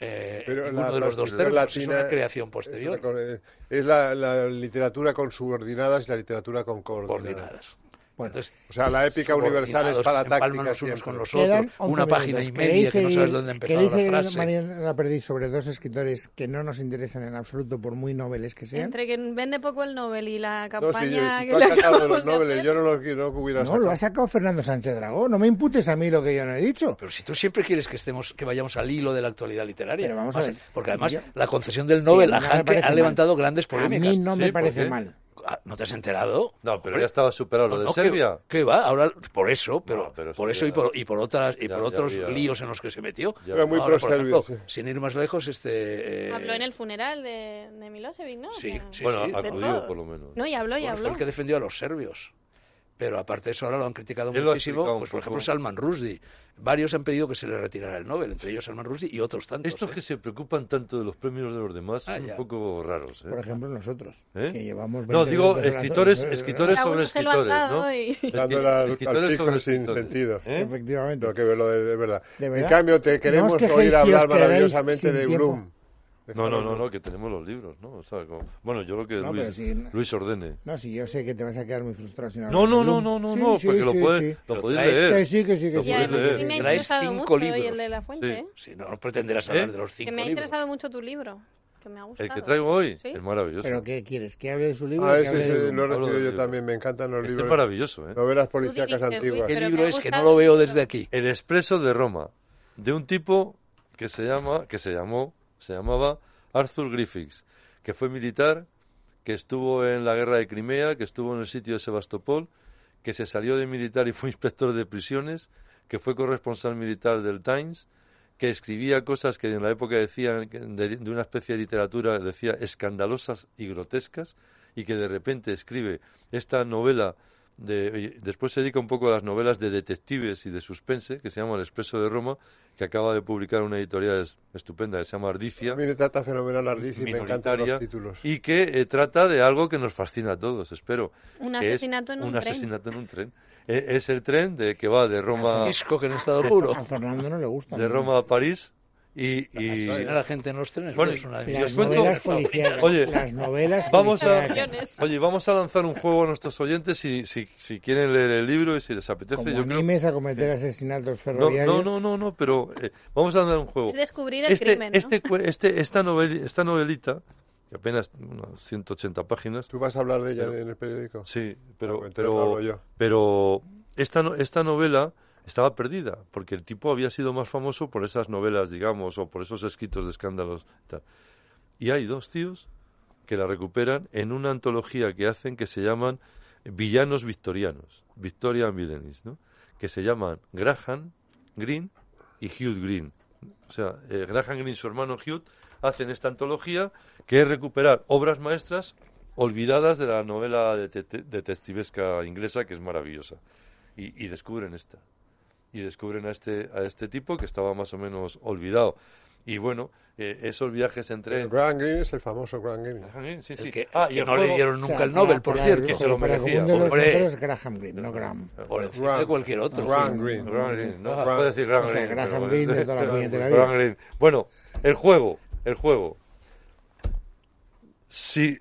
[SPEAKER 2] Eh,
[SPEAKER 3] Pero
[SPEAKER 2] ninguno
[SPEAKER 3] la-
[SPEAKER 2] de los dos
[SPEAKER 3] la
[SPEAKER 2] términos es
[SPEAKER 3] latina-
[SPEAKER 2] una creación
[SPEAKER 3] Es,
[SPEAKER 2] posterior.
[SPEAKER 3] una- eh, es la, la literatura con subordinadas y la literatura con coordinadas.
[SPEAKER 2] Coordinadas.
[SPEAKER 1] Bueno,
[SPEAKER 2] Entonces,
[SPEAKER 3] O sea, la épica universal es
[SPEAKER 2] coordinados,
[SPEAKER 3] paratáctica.
[SPEAKER 2] empalman los unos
[SPEAKER 3] siempre.
[SPEAKER 2] con los
[SPEAKER 1] Quedan
[SPEAKER 2] otros.
[SPEAKER 1] 11
[SPEAKER 2] Una página y
[SPEAKER 1] minutos.
[SPEAKER 2] media
[SPEAKER 1] ¿Queréis
[SPEAKER 2] que no sabes
[SPEAKER 1] seguir-
[SPEAKER 2] dónde empezaba
[SPEAKER 1] ¿Queréis
[SPEAKER 2] la
[SPEAKER 1] seguir,
[SPEAKER 2] frase.
[SPEAKER 1] Mariana Perdis, sobre dos escritores que no nos interesan en absoluto, por muy noveles que sean?
[SPEAKER 5] Entre que vende poco el Nobel y la
[SPEAKER 3] No, sí,
[SPEAKER 5] campaña
[SPEAKER 3] yo-
[SPEAKER 5] que
[SPEAKER 3] tú
[SPEAKER 5] le
[SPEAKER 3] has sacado de
[SPEAKER 5] acabamos
[SPEAKER 3] los
[SPEAKER 5] de
[SPEAKER 3] nobles,
[SPEAKER 5] hacer.
[SPEAKER 3] yo no los quiero, no hubiera
[SPEAKER 1] No, lo ha
[SPEAKER 3] sacado.
[SPEAKER 1] sacado Fernando Sánchez Dragó. No me imputes a mí lo que yo no he dicho.
[SPEAKER 2] Pero si tú siempre quieres que estemos, que vayamos al hilo de la actualidad literaria.
[SPEAKER 1] Pero vamos a ver.
[SPEAKER 2] Porque además
[SPEAKER 1] Yo-
[SPEAKER 2] la concesión del
[SPEAKER 1] Sí,
[SPEAKER 2] Nobel a
[SPEAKER 1] no me
[SPEAKER 2] Hanke
[SPEAKER 1] parece
[SPEAKER 2] ha
[SPEAKER 1] mal.
[SPEAKER 2] levantado grandes
[SPEAKER 1] A
[SPEAKER 2] polémicas.
[SPEAKER 1] mí no
[SPEAKER 4] Ah, Sí,
[SPEAKER 1] me
[SPEAKER 4] ¿por
[SPEAKER 1] parece
[SPEAKER 4] qué?
[SPEAKER 1] mal.
[SPEAKER 2] A Ah, ¿No te has enterado?
[SPEAKER 4] No, pero
[SPEAKER 2] Hombre,
[SPEAKER 4] ya estaba superado lo de
[SPEAKER 2] no, que-
[SPEAKER 4] Serbia.
[SPEAKER 2] ¿Qué va? Ahora, por eso, pero,
[SPEAKER 4] No, pero
[SPEAKER 2] por
[SPEAKER 4] sí,
[SPEAKER 2] eso y
[SPEAKER 4] ya-
[SPEAKER 2] por, y por, otras, y
[SPEAKER 4] ya-
[SPEAKER 2] por
[SPEAKER 4] ya
[SPEAKER 2] otros
[SPEAKER 4] había-
[SPEAKER 2] líos en los que se metió.
[SPEAKER 4] Ya.
[SPEAKER 3] Era muy
[SPEAKER 2] Ahora, por
[SPEAKER 3] pro-serbio,
[SPEAKER 2] ejemplo, Sin ir más lejos, este... eh,
[SPEAKER 5] Habló en el funeral de, de Milosevic, ¿no? O
[SPEAKER 2] Sí,
[SPEAKER 5] sea,
[SPEAKER 2] sí,
[SPEAKER 4] Bueno,
[SPEAKER 2] sí.
[SPEAKER 4] ha
[SPEAKER 5] de
[SPEAKER 4] acudido
[SPEAKER 5] todo.
[SPEAKER 4] por lo menos.
[SPEAKER 5] No, y habló, y
[SPEAKER 2] bueno, fue
[SPEAKER 5] habló.
[SPEAKER 2] el que defendió a los serbios. Pero aparte de eso, ahora lo han criticado
[SPEAKER 4] Él lo ha
[SPEAKER 2] muchísimo.
[SPEAKER 4] explicado un
[SPEAKER 2] pues, por
[SPEAKER 4] poco.
[SPEAKER 2] ejemplo, Salman Rushdie. Varios han pedido que se le retirara el Nobel, entre ellos Salman Rushdie y otros tantos.
[SPEAKER 4] Estos
[SPEAKER 2] ¿eh?
[SPEAKER 4] que se preocupan tanto de los premios de los demás
[SPEAKER 2] Ah,
[SPEAKER 4] son
[SPEAKER 2] ya.
[SPEAKER 4] un poco raros. ¿eh?
[SPEAKER 1] Por ejemplo, nosotros,
[SPEAKER 4] ¿Eh?
[SPEAKER 1] que llevamos 20
[SPEAKER 4] No, digo
[SPEAKER 1] minutos hablando-
[SPEAKER 4] escritores, escritores
[SPEAKER 5] Cada
[SPEAKER 4] sobre
[SPEAKER 5] uno se lo ha
[SPEAKER 4] escritores, ¿no?
[SPEAKER 5] dado y-
[SPEAKER 4] Escri-
[SPEAKER 3] Dando las- al pico sin sentido.
[SPEAKER 4] ¿Eh?
[SPEAKER 1] Efectivamente.
[SPEAKER 3] Tengo que verlo de, es verdad.
[SPEAKER 1] ¿De verdad?
[SPEAKER 3] En cambio,
[SPEAKER 1] No
[SPEAKER 3] te
[SPEAKER 1] os
[SPEAKER 3] queremos
[SPEAKER 1] quejéis
[SPEAKER 3] oír
[SPEAKER 1] si os
[SPEAKER 3] hablar
[SPEAKER 1] quedáis
[SPEAKER 3] maravillosamente
[SPEAKER 1] sin
[SPEAKER 3] de
[SPEAKER 1] tiempo.
[SPEAKER 3] Brum.
[SPEAKER 4] No, no, no, no, que tenemos los libros, ¿no? O sea, como- Bueno, yo lo que
[SPEAKER 1] No, pero
[SPEAKER 4] Luis,
[SPEAKER 1] sí.
[SPEAKER 4] Luis ordene.
[SPEAKER 1] No, si yo sé que te vas a quedar muy frustrado si no
[SPEAKER 4] No,
[SPEAKER 1] hablas
[SPEAKER 4] no,
[SPEAKER 1] de
[SPEAKER 4] no,
[SPEAKER 1] Blum.
[SPEAKER 4] no, no,
[SPEAKER 1] Sí,
[SPEAKER 4] no,
[SPEAKER 1] sí,
[SPEAKER 4] porque lo
[SPEAKER 1] sí,
[SPEAKER 4] puedes,
[SPEAKER 1] sí.
[SPEAKER 4] lo lo
[SPEAKER 2] podéis
[SPEAKER 4] podéis
[SPEAKER 1] Que
[SPEAKER 4] leer.
[SPEAKER 1] sí, que sí, que
[SPEAKER 4] Lo
[SPEAKER 1] sí.
[SPEAKER 5] Y
[SPEAKER 4] puedes
[SPEAKER 1] que sí,
[SPEAKER 5] además
[SPEAKER 4] leer.
[SPEAKER 1] que
[SPEAKER 5] sí me ha
[SPEAKER 1] sí.
[SPEAKER 2] Traes
[SPEAKER 5] interesado
[SPEAKER 2] cinco
[SPEAKER 5] mucho
[SPEAKER 2] libros.
[SPEAKER 5] y el de la fuente,
[SPEAKER 4] Sí.
[SPEAKER 5] ¿eh?
[SPEAKER 2] Sí, no, no pretenderás hablar
[SPEAKER 4] ¿Eh?
[SPEAKER 2] de los cinco
[SPEAKER 5] Que me ha
[SPEAKER 2] libros.
[SPEAKER 5] interesado mucho tu libro, que me ha gustado.
[SPEAKER 4] El que traigo hoy
[SPEAKER 5] Sí.
[SPEAKER 4] es maravilloso.
[SPEAKER 1] ¿Pero qué quieres? ¿Que hable de su libro?
[SPEAKER 3] Ah,
[SPEAKER 1] o que
[SPEAKER 3] ese,
[SPEAKER 1] hable de
[SPEAKER 3] ese
[SPEAKER 1] Blum?
[SPEAKER 3] lo he
[SPEAKER 4] Hablo de
[SPEAKER 3] recibido yo
[SPEAKER 4] libros.
[SPEAKER 3] también. Me encantan los
[SPEAKER 4] Este es
[SPEAKER 3] libros.
[SPEAKER 4] maravilloso, ¿eh?
[SPEAKER 3] Novelas
[SPEAKER 5] Tú
[SPEAKER 3] policíacas
[SPEAKER 5] dijiste, Luis,
[SPEAKER 3] antiguas.
[SPEAKER 2] ¿Qué
[SPEAKER 5] pero me
[SPEAKER 2] libro
[SPEAKER 5] ha
[SPEAKER 2] es que no
[SPEAKER 5] gustado
[SPEAKER 2] lo veo
[SPEAKER 5] mucho.
[SPEAKER 2] desde aquí?
[SPEAKER 4] El expreso de Roma, de un tipo que se llama, que se llamó, se llamaba Arthur Griffiths, que fue militar, que estuvo en la guerra de Crimea, que estuvo en el sitio de Sebastopol, que se salió de militar y fue inspector de prisiones, que fue corresponsal militar del Times, que escribía cosas que en la época decían que- de, de una especie de literatura decía escandalosas y grotescas y que de repente escribe esta novela de y después se dedica un poco a las novelas de detectives y de suspense que se llama El Expreso de Roma que acaba de publicar una editorial es- estupenda que se llama Ardifia
[SPEAKER 3] A mí me trata fenomenal Ardici. Me encantan
[SPEAKER 4] minoritaria
[SPEAKER 3] los títulos.
[SPEAKER 4] y que eh, trata de algo que nos fascina a todos espero
[SPEAKER 5] Un
[SPEAKER 4] que es
[SPEAKER 5] asesinato en un tren.
[SPEAKER 4] asesinato en un tren Eh, es el tren de que va de Roma
[SPEAKER 2] Disco que en estado puro.
[SPEAKER 1] A Fernando no le gusta.
[SPEAKER 4] de
[SPEAKER 1] ¿no?
[SPEAKER 4] Roma a París y, y-
[SPEAKER 2] Asesinar a la gente en los trenes. bueno,
[SPEAKER 4] Bueno,
[SPEAKER 2] es una de mis
[SPEAKER 4] y
[SPEAKER 1] Las
[SPEAKER 4] os cuento-
[SPEAKER 1] novelas
[SPEAKER 2] favoritas.
[SPEAKER 1] policíacas.
[SPEAKER 4] Oye,
[SPEAKER 1] las novelas
[SPEAKER 4] vamos a
[SPEAKER 1] policíacas.
[SPEAKER 4] oye vamos a lanzar un juego a nuestros oyentes si, si, si quieren leer el libro y si les apetece
[SPEAKER 1] Como
[SPEAKER 4] Este yo creo-
[SPEAKER 1] animes a cometer asesinatos
[SPEAKER 4] no,
[SPEAKER 1] ferroviarios.
[SPEAKER 4] no no no no pero eh, vamos a lanzar un juego
[SPEAKER 5] Es descubrir el
[SPEAKER 4] este,
[SPEAKER 5] crimen, ¿no?
[SPEAKER 4] este cue- este- esta novel- esta novelita que apenas unas 180 páginas
[SPEAKER 3] ¿Tú vas a hablar de ella en el periódico?
[SPEAKER 4] Sí,
[SPEAKER 3] Ah,
[SPEAKER 4] pero,
[SPEAKER 3] pues entonces
[SPEAKER 4] pero,
[SPEAKER 3] hablo yo.
[SPEAKER 4] pero esta, no- esta novela estaba perdida, porque el tipo había sido más famoso por esas novelas, digamos, o por esos escritos de escándalos. y tal. Y hay dos tíos que la recuperan en una antología que hacen que se llaman Villanos Victorianos, Victoria Millenis, ¿no? que se llaman Graham Greene y Hugh Green. O sea, eh, Graham Greene y su hermano Hugh hacen esta antología que es recuperar obras maestras olvidadas de la novela detecti- detectivesca inglesa que es maravillosa. Y, y descubren esta. Y descubren a este, a este tipo que estaba más o menos olvidado. Y bueno, eh, esos viajes entre...
[SPEAKER 3] El Grand Green es el famoso Grand Green.
[SPEAKER 4] Graham Greene, sí, sí.
[SPEAKER 2] El que,
[SPEAKER 4] Ah, y
[SPEAKER 2] que
[SPEAKER 4] el
[SPEAKER 2] no le
[SPEAKER 4] juego-
[SPEAKER 1] O
[SPEAKER 2] dieron
[SPEAKER 1] sea,
[SPEAKER 2] nunca el
[SPEAKER 1] para-
[SPEAKER 2] Nobel, por
[SPEAKER 1] para-
[SPEAKER 2] cierto.
[SPEAKER 4] que se lo
[SPEAKER 1] para
[SPEAKER 4] merecía,
[SPEAKER 1] confundir los
[SPEAKER 2] hombre.
[SPEAKER 1] punteros, Graham Greene, no Graham.
[SPEAKER 2] Por encima de
[SPEAKER 3] Grand-
[SPEAKER 2] cualquier otro.
[SPEAKER 3] Grand Green.
[SPEAKER 4] Graham Greene, no,
[SPEAKER 3] Graham-
[SPEAKER 4] puedo decir Graham
[SPEAKER 1] Ah, o sea,
[SPEAKER 4] Greene,
[SPEAKER 1] Graham
[SPEAKER 4] pero bueno.
[SPEAKER 1] Greene de toda la puñetera
[SPEAKER 4] Graham
[SPEAKER 1] vida.
[SPEAKER 4] Greene. Bueno, el juego, el juego. Si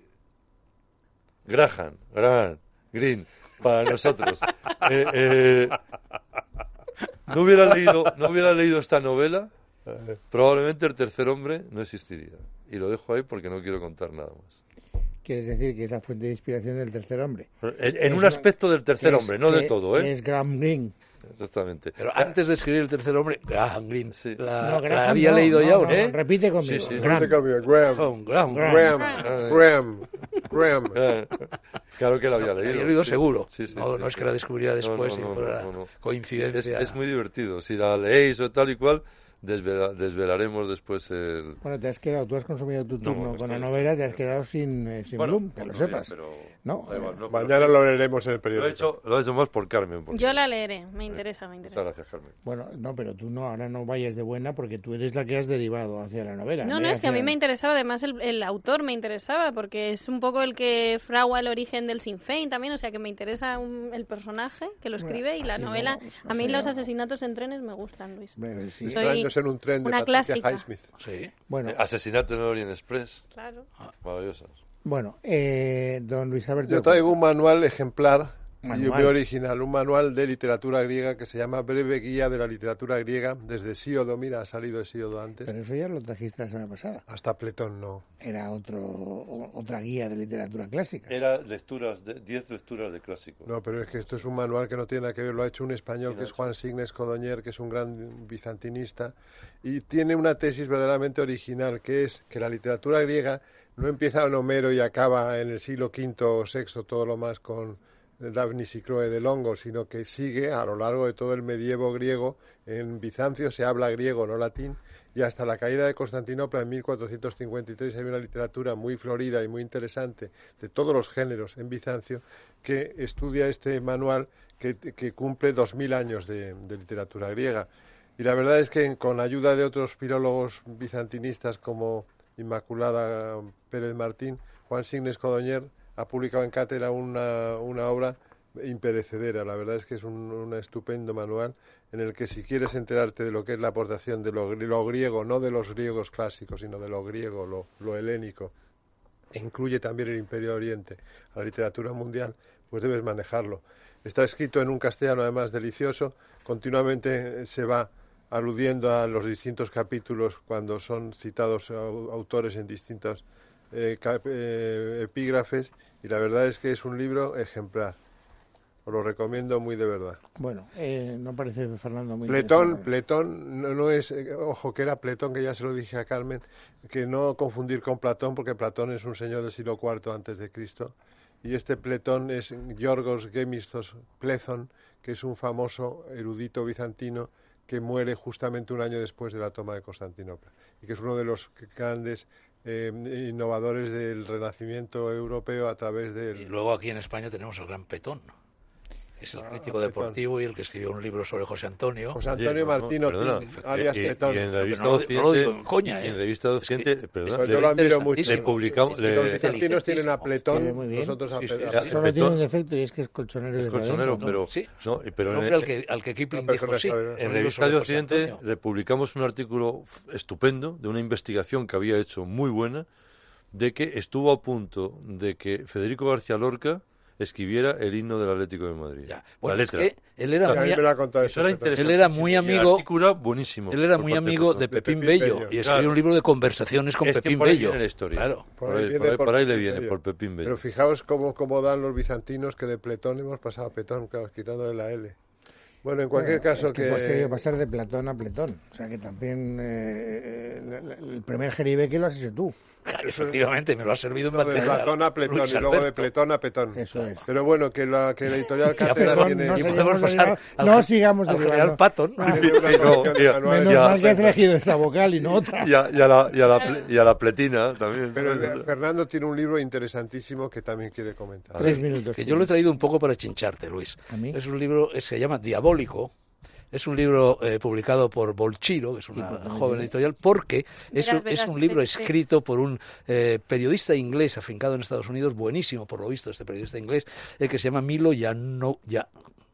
[SPEAKER 4] Graham, Graham, Green, para nosotros, eh, eh, no hubiera leído, no hubiera leído esta novela, probablemente el tercer hombre no existiría. Y lo dejo ahí porque no quiero contar nada más.
[SPEAKER 1] Quieres decir que es la fuente de inspiración del tercer hombre.
[SPEAKER 4] En, en
[SPEAKER 1] Es
[SPEAKER 4] un
[SPEAKER 1] una-
[SPEAKER 4] aspecto del tercer
[SPEAKER 1] Que es-
[SPEAKER 4] hombre, no de
[SPEAKER 1] que
[SPEAKER 4] todo, ¿eh?
[SPEAKER 1] Es Graham Greene.
[SPEAKER 4] Exactamente.
[SPEAKER 2] Pero antes de escribir El Tercer Hombre, Graham Greene.
[SPEAKER 4] Sí.
[SPEAKER 2] La,
[SPEAKER 1] No,
[SPEAKER 2] Ah, la
[SPEAKER 1] Graham
[SPEAKER 2] había
[SPEAKER 1] no,
[SPEAKER 2] leído
[SPEAKER 1] no,
[SPEAKER 2] ya,
[SPEAKER 1] no,
[SPEAKER 2] ¿o ¿no?
[SPEAKER 4] ¿eh?
[SPEAKER 1] Repite conmigo.
[SPEAKER 4] Sí, sí.
[SPEAKER 1] Graham.
[SPEAKER 3] Te cambio, Graham.
[SPEAKER 2] Con Graham.
[SPEAKER 1] Graham.
[SPEAKER 3] Graham. Graham. Graham.
[SPEAKER 4] Eh, Claro que la había leído.
[SPEAKER 2] Había leído
[SPEAKER 4] sí.
[SPEAKER 2] seguro.
[SPEAKER 4] Sí, sí,
[SPEAKER 2] no,
[SPEAKER 4] sí,
[SPEAKER 2] no es
[SPEAKER 4] sí.
[SPEAKER 2] que la descubriera
[SPEAKER 4] No,
[SPEAKER 2] después
[SPEAKER 4] no, no,
[SPEAKER 2] y fuera
[SPEAKER 4] no, no. Es,
[SPEAKER 2] coincidencia.
[SPEAKER 4] es muy divertido. Si la leéis o tal y cual, desvela- desvelaremos después el.
[SPEAKER 1] Bueno, te has quedado, tú has consumido tu
[SPEAKER 4] No,
[SPEAKER 1] turno
[SPEAKER 4] estoy-
[SPEAKER 1] con la novela, te has quedado sin, eh, sin Bloom, que lo
[SPEAKER 4] no,
[SPEAKER 1] sepas.
[SPEAKER 4] ya, pero-
[SPEAKER 1] No,
[SPEAKER 4] da igual, no, pero
[SPEAKER 3] Mañana lo leeremos en el
[SPEAKER 4] Lo
[SPEAKER 3] periódico.
[SPEAKER 4] he, hecho, lo he hecho más por Carmen. porque-
[SPEAKER 5] Yo la leeré, me interesa, me
[SPEAKER 4] Muchas
[SPEAKER 5] interesa.
[SPEAKER 4] gracias, Carmen.
[SPEAKER 1] Bueno, no, pero tú no, ahora no vayas de buena porque tú eres la que has derivado hacia la novela.
[SPEAKER 5] No, no, es que a mí me interesaba, además el, el autor me interesaba, porque es un poco el que fragua el origen del Sinn Féin también, o sea que me interesa un- el personaje que lo
[SPEAKER 1] Bueno,
[SPEAKER 5] escribe y la
[SPEAKER 1] así no,
[SPEAKER 5] novela.
[SPEAKER 1] pues, no
[SPEAKER 5] a mí
[SPEAKER 1] sé,
[SPEAKER 5] los
[SPEAKER 1] no.
[SPEAKER 5] asesinatos en trenes me gustan, Luis.
[SPEAKER 1] interesa.
[SPEAKER 5] Soy
[SPEAKER 3] Extraños en un tren de
[SPEAKER 5] una
[SPEAKER 3] Patricia
[SPEAKER 5] clásica.
[SPEAKER 3] Highsmith.
[SPEAKER 2] Sí.
[SPEAKER 1] Bueno,
[SPEAKER 4] Eh, Asesinato en el Orient Express.
[SPEAKER 5] Claro.
[SPEAKER 4] Maravillosas.
[SPEAKER 1] bueno eh, don Luis Alberto.
[SPEAKER 3] Yo traigo un manual ejemplar Y un original, un manual de literatura griega que se llama Breve Guía de la Literatura Griega, desde Síodo, mira, ha salido Síodo antes,
[SPEAKER 1] Pero eso ya lo trajiste la semana pasada.
[SPEAKER 3] hasta Platón no.
[SPEAKER 1] Era otro, o- otra guía de literatura clásica.
[SPEAKER 4] Era lecturas, de- 10 lecturas de clásicos.
[SPEAKER 3] No, pero es que esto es un manual que no tiene nada que ver, lo ha hecho un español
[SPEAKER 4] Sí, lo
[SPEAKER 3] que
[SPEAKER 4] ha
[SPEAKER 3] es
[SPEAKER 4] hecho.
[SPEAKER 3] Juan Signes Codoñer, que es un gran bizantinista, y tiene una tesis verdaderamente original, que es que la literatura griega no empieza en Homero y acaba en el siglo V o VI, todo lo más con Daphnis y Croe de Longo, sino que sigue a lo largo de todo el medievo griego, en Bizancio se habla griego, no latín, y hasta la caída de Constantinopla en 1453 hay una literatura muy florida y muy interesante de todos los géneros en Bizancio que estudia este manual que, que cumple 2.000 años de, de literatura griega. Y la verdad es que en- con ayuda de otros filólogos bizantinistas como Inmaculada um, Pérez Martín, Juan Signes Codoñer ha publicado en cátedra una, una obra imperecedera. La verdad es que es un, un estupendo manual en el que si quieres enterarte de lo que es la aportación de lo, gri- lo griego, no de los griegos clásicos, sino de lo griego, lo, lo helénico, e incluye también el Imperio de Oriente a la literatura mundial, pues debes manejarlo. Está escrito en un castellano además delicioso, continuamente eh, se va aludiendo a los distintos capítulos cuando son citados au- autores en distintos eh, cap- eh, epígrafes y la verdad es que es un libro ejemplar. Os lo recomiendo muy de verdad.
[SPEAKER 1] Bueno, eh, no parece Fernando muy
[SPEAKER 3] Pletón,
[SPEAKER 1] interesante.
[SPEAKER 3] Pletón no, no es, eh, ojo que era Pletón, que ya se lo dije a Carmen, que no confundir con Platón, porque Platón es un señor del siglo IV antes de Cristo, y este Pletón es Yorgos Gemistos Plezón, que es un famoso erudito bizantino que muere justamente un año después de la toma de Constantinopla, y que es uno de los grandes eh, innovadores del renacimiento europeo a través
[SPEAKER 2] Y
[SPEAKER 3] del...
[SPEAKER 2] luego aquí en España tenemos al gran Petón, que es el
[SPEAKER 3] Ah,
[SPEAKER 2] crítico
[SPEAKER 3] Petón.
[SPEAKER 2] deportivo y el que escribió un libro sobre José Antonio.
[SPEAKER 3] José
[SPEAKER 4] Oye,
[SPEAKER 3] Antonio
[SPEAKER 4] no, no,
[SPEAKER 3] Martino,
[SPEAKER 4] perdona,
[SPEAKER 3] King,
[SPEAKER 4] eh,
[SPEAKER 3] alias
[SPEAKER 4] y- y
[SPEAKER 3] Pletón.
[SPEAKER 4] en la revista
[SPEAKER 2] No lo digo- no lo digo en
[SPEAKER 4] Occidente-
[SPEAKER 2] coña,
[SPEAKER 4] y en
[SPEAKER 2] eh.
[SPEAKER 4] revista Occidente, perdona,
[SPEAKER 3] Pues
[SPEAKER 4] le-
[SPEAKER 3] yo lo admiro
[SPEAKER 4] le
[SPEAKER 3] mucho.
[SPEAKER 4] publicamos,
[SPEAKER 2] Es que
[SPEAKER 4] le-
[SPEAKER 3] Los bizantinos tienen a
[SPEAKER 1] Escribe
[SPEAKER 3] Pletón,
[SPEAKER 1] muy bien.
[SPEAKER 3] nosotros a
[SPEAKER 2] Sí, sí,
[SPEAKER 3] Pletón.
[SPEAKER 4] sí.
[SPEAKER 1] Solo tiene un
[SPEAKER 4] Pletón-
[SPEAKER 1] defecto y es que es colchonero de
[SPEAKER 4] es colchonero,
[SPEAKER 1] Rodento.
[SPEAKER 4] pero,
[SPEAKER 2] Sí.
[SPEAKER 4] no, y- pero
[SPEAKER 2] Un
[SPEAKER 4] en,
[SPEAKER 2] hombre al que, al que Kipling
[SPEAKER 3] Una persona
[SPEAKER 2] dijo sí.
[SPEAKER 3] extraordinaria.
[SPEAKER 4] en
[SPEAKER 2] un libro
[SPEAKER 4] Revista de
[SPEAKER 2] sobre José
[SPEAKER 4] Occidente
[SPEAKER 2] Antonio.
[SPEAKER 4] le publicamos un artículo estupendo de una investigación que había hecho muy buena de que estuvo a punto de que Federico García Lorca escribiera el himno del Atlético de Madrid.
[SPEAKER 2] Ya.
[SPEAKER 4] La
[SPEAKER 2] Bueno, es
[SPEAKER 4] letra.
[SPEAKER 2] que él era
[SPEAKER 3] Sí, a mí
[SPEAKER 2] muy,
[SPEAKER 3] me lo ha contado este
[SPEAKER 4] Eso era
[SPEAKER 3] Pletón.
[SPEAKER 4] interesante.
[SPEAKER 2] Él era muy amigo-
[SPEAKER 4] buenísimo.
[SPEAKER 2] Él era
[SPEAKER 4] por
[SPEAKER 2] muy
[SPEAKER 4] parte
[SPEAKER 2] amigo de
[SPEAKER 4] Platón.
[SPEAKER 3] de
[SPEAKER 2] Pepín,
[SPEAKER 3] Pepín
[SPEAKER 2] Bello,
[SPEAKER 3] Bello.
[SPEAKER 2] y escribió
[SPEAKER 4] Claro.
[SPEAKER 2] un libro de conversaciones con
[SPEAKER 4] Es que
[SPEAKER 2] Pepín
[SPEAKER 4] por ahí
[SPEAKER 2] Bello.
[SPEAKER 4] viene la historia.
[SPEAKER 2] Claro.
[SPEAKER 4] Por ahí- por ahí- por ahí le viene, por Pepín Bello.
[SPEAKER 3] Pero fijaos cómo, cómo dan los bizantinos que de Pletón hemos pasado a Petón, claro, quitándole la L. Bueno, pues- en cualquier
[SPEAKER 1] Bueno,
[SPEAKER 3] caso
[SPEAKER 1] es que, tú has querido pasar de Platón a Pletón. O sea que también eh, eh, la- la- el primer jeribe que lo has hecho tú.
[SPEAKER 2] Claro, efectivamente, me lo ha servido en
[SPEAKER 3] de
[SPEAKER 2] bandeja
[SPEAKER 3] Platón a Pletón
[SPEAKER 2] Luis
[SPEAKER 3] y luego de
[SPEAKER 2] Alberto.
[SPEAKER 3] Pletón a Petón.
[SPEAKER 1] Eso es.
[SPEAKER 3] Pero bueno, que la, que la editorial Cátedra
[SPEAKER 1] Perdón,
[SPEAKER 3] tiene...
[SPEAKER 1] no,
[SPEAKER 2] Y
[SPEAKER 1] sé,
[SPEAKER 2] podemos
[SPEAKER 1] hemos
[SPEAKER 2] pasar
[SPEAKER 1] derivado-
[SPEAKER 2] al,
[SPEAKER 1] no
[SPEAKER 2] gen-
[SPEAKER 1] sigamos Ah,
[SPEAKER 2] al
[SPEAKER 1] derivando.
[SPEAKER 2] general Patton.
[SPEAKER 3] tiene una
[SPEAKER 4] No,
[SPEAKER 3] colección de
[SPEAKER 4] mira,
[SPEAKER 3] manuales.
[SPEAKER 1] Menos
[SPEAKER 4] Ya.
[SPEAKER 1] mal que has elegido esa vocal y no otra.
[SPEAKER 4] Y a, y a la, y a la ple- y a la pletina también.
[SPEAKER 3] Pero eh, Fernando tiene un libro interesantísimo que también quiere comentar.
[SPEAKER 1] Tres minutos.
[SPEAKER 2] Que yo lo he traído un poco para chincharte, Luis.
[SPEAKER 1] ¿A mí?
[SPEAKER 2] Es un libro, eh, se llama Diabólico. Es un libro eh, publicado por Bolchiro, que es una joven editorial, porque es,
[SPEAKER 5] Verás,
[SPEAKER 2] un- es
[SPEAKER 5] verás,
[SPEAKER 2] un libro
[SPEAKER 5] ve- ve.
[SPEAKER 2] escrito por un eh, periodista inglés afincado en Estados Unidos, buenísimo por lo visto este periodista inglés, el que se llama Milo Yano, ya,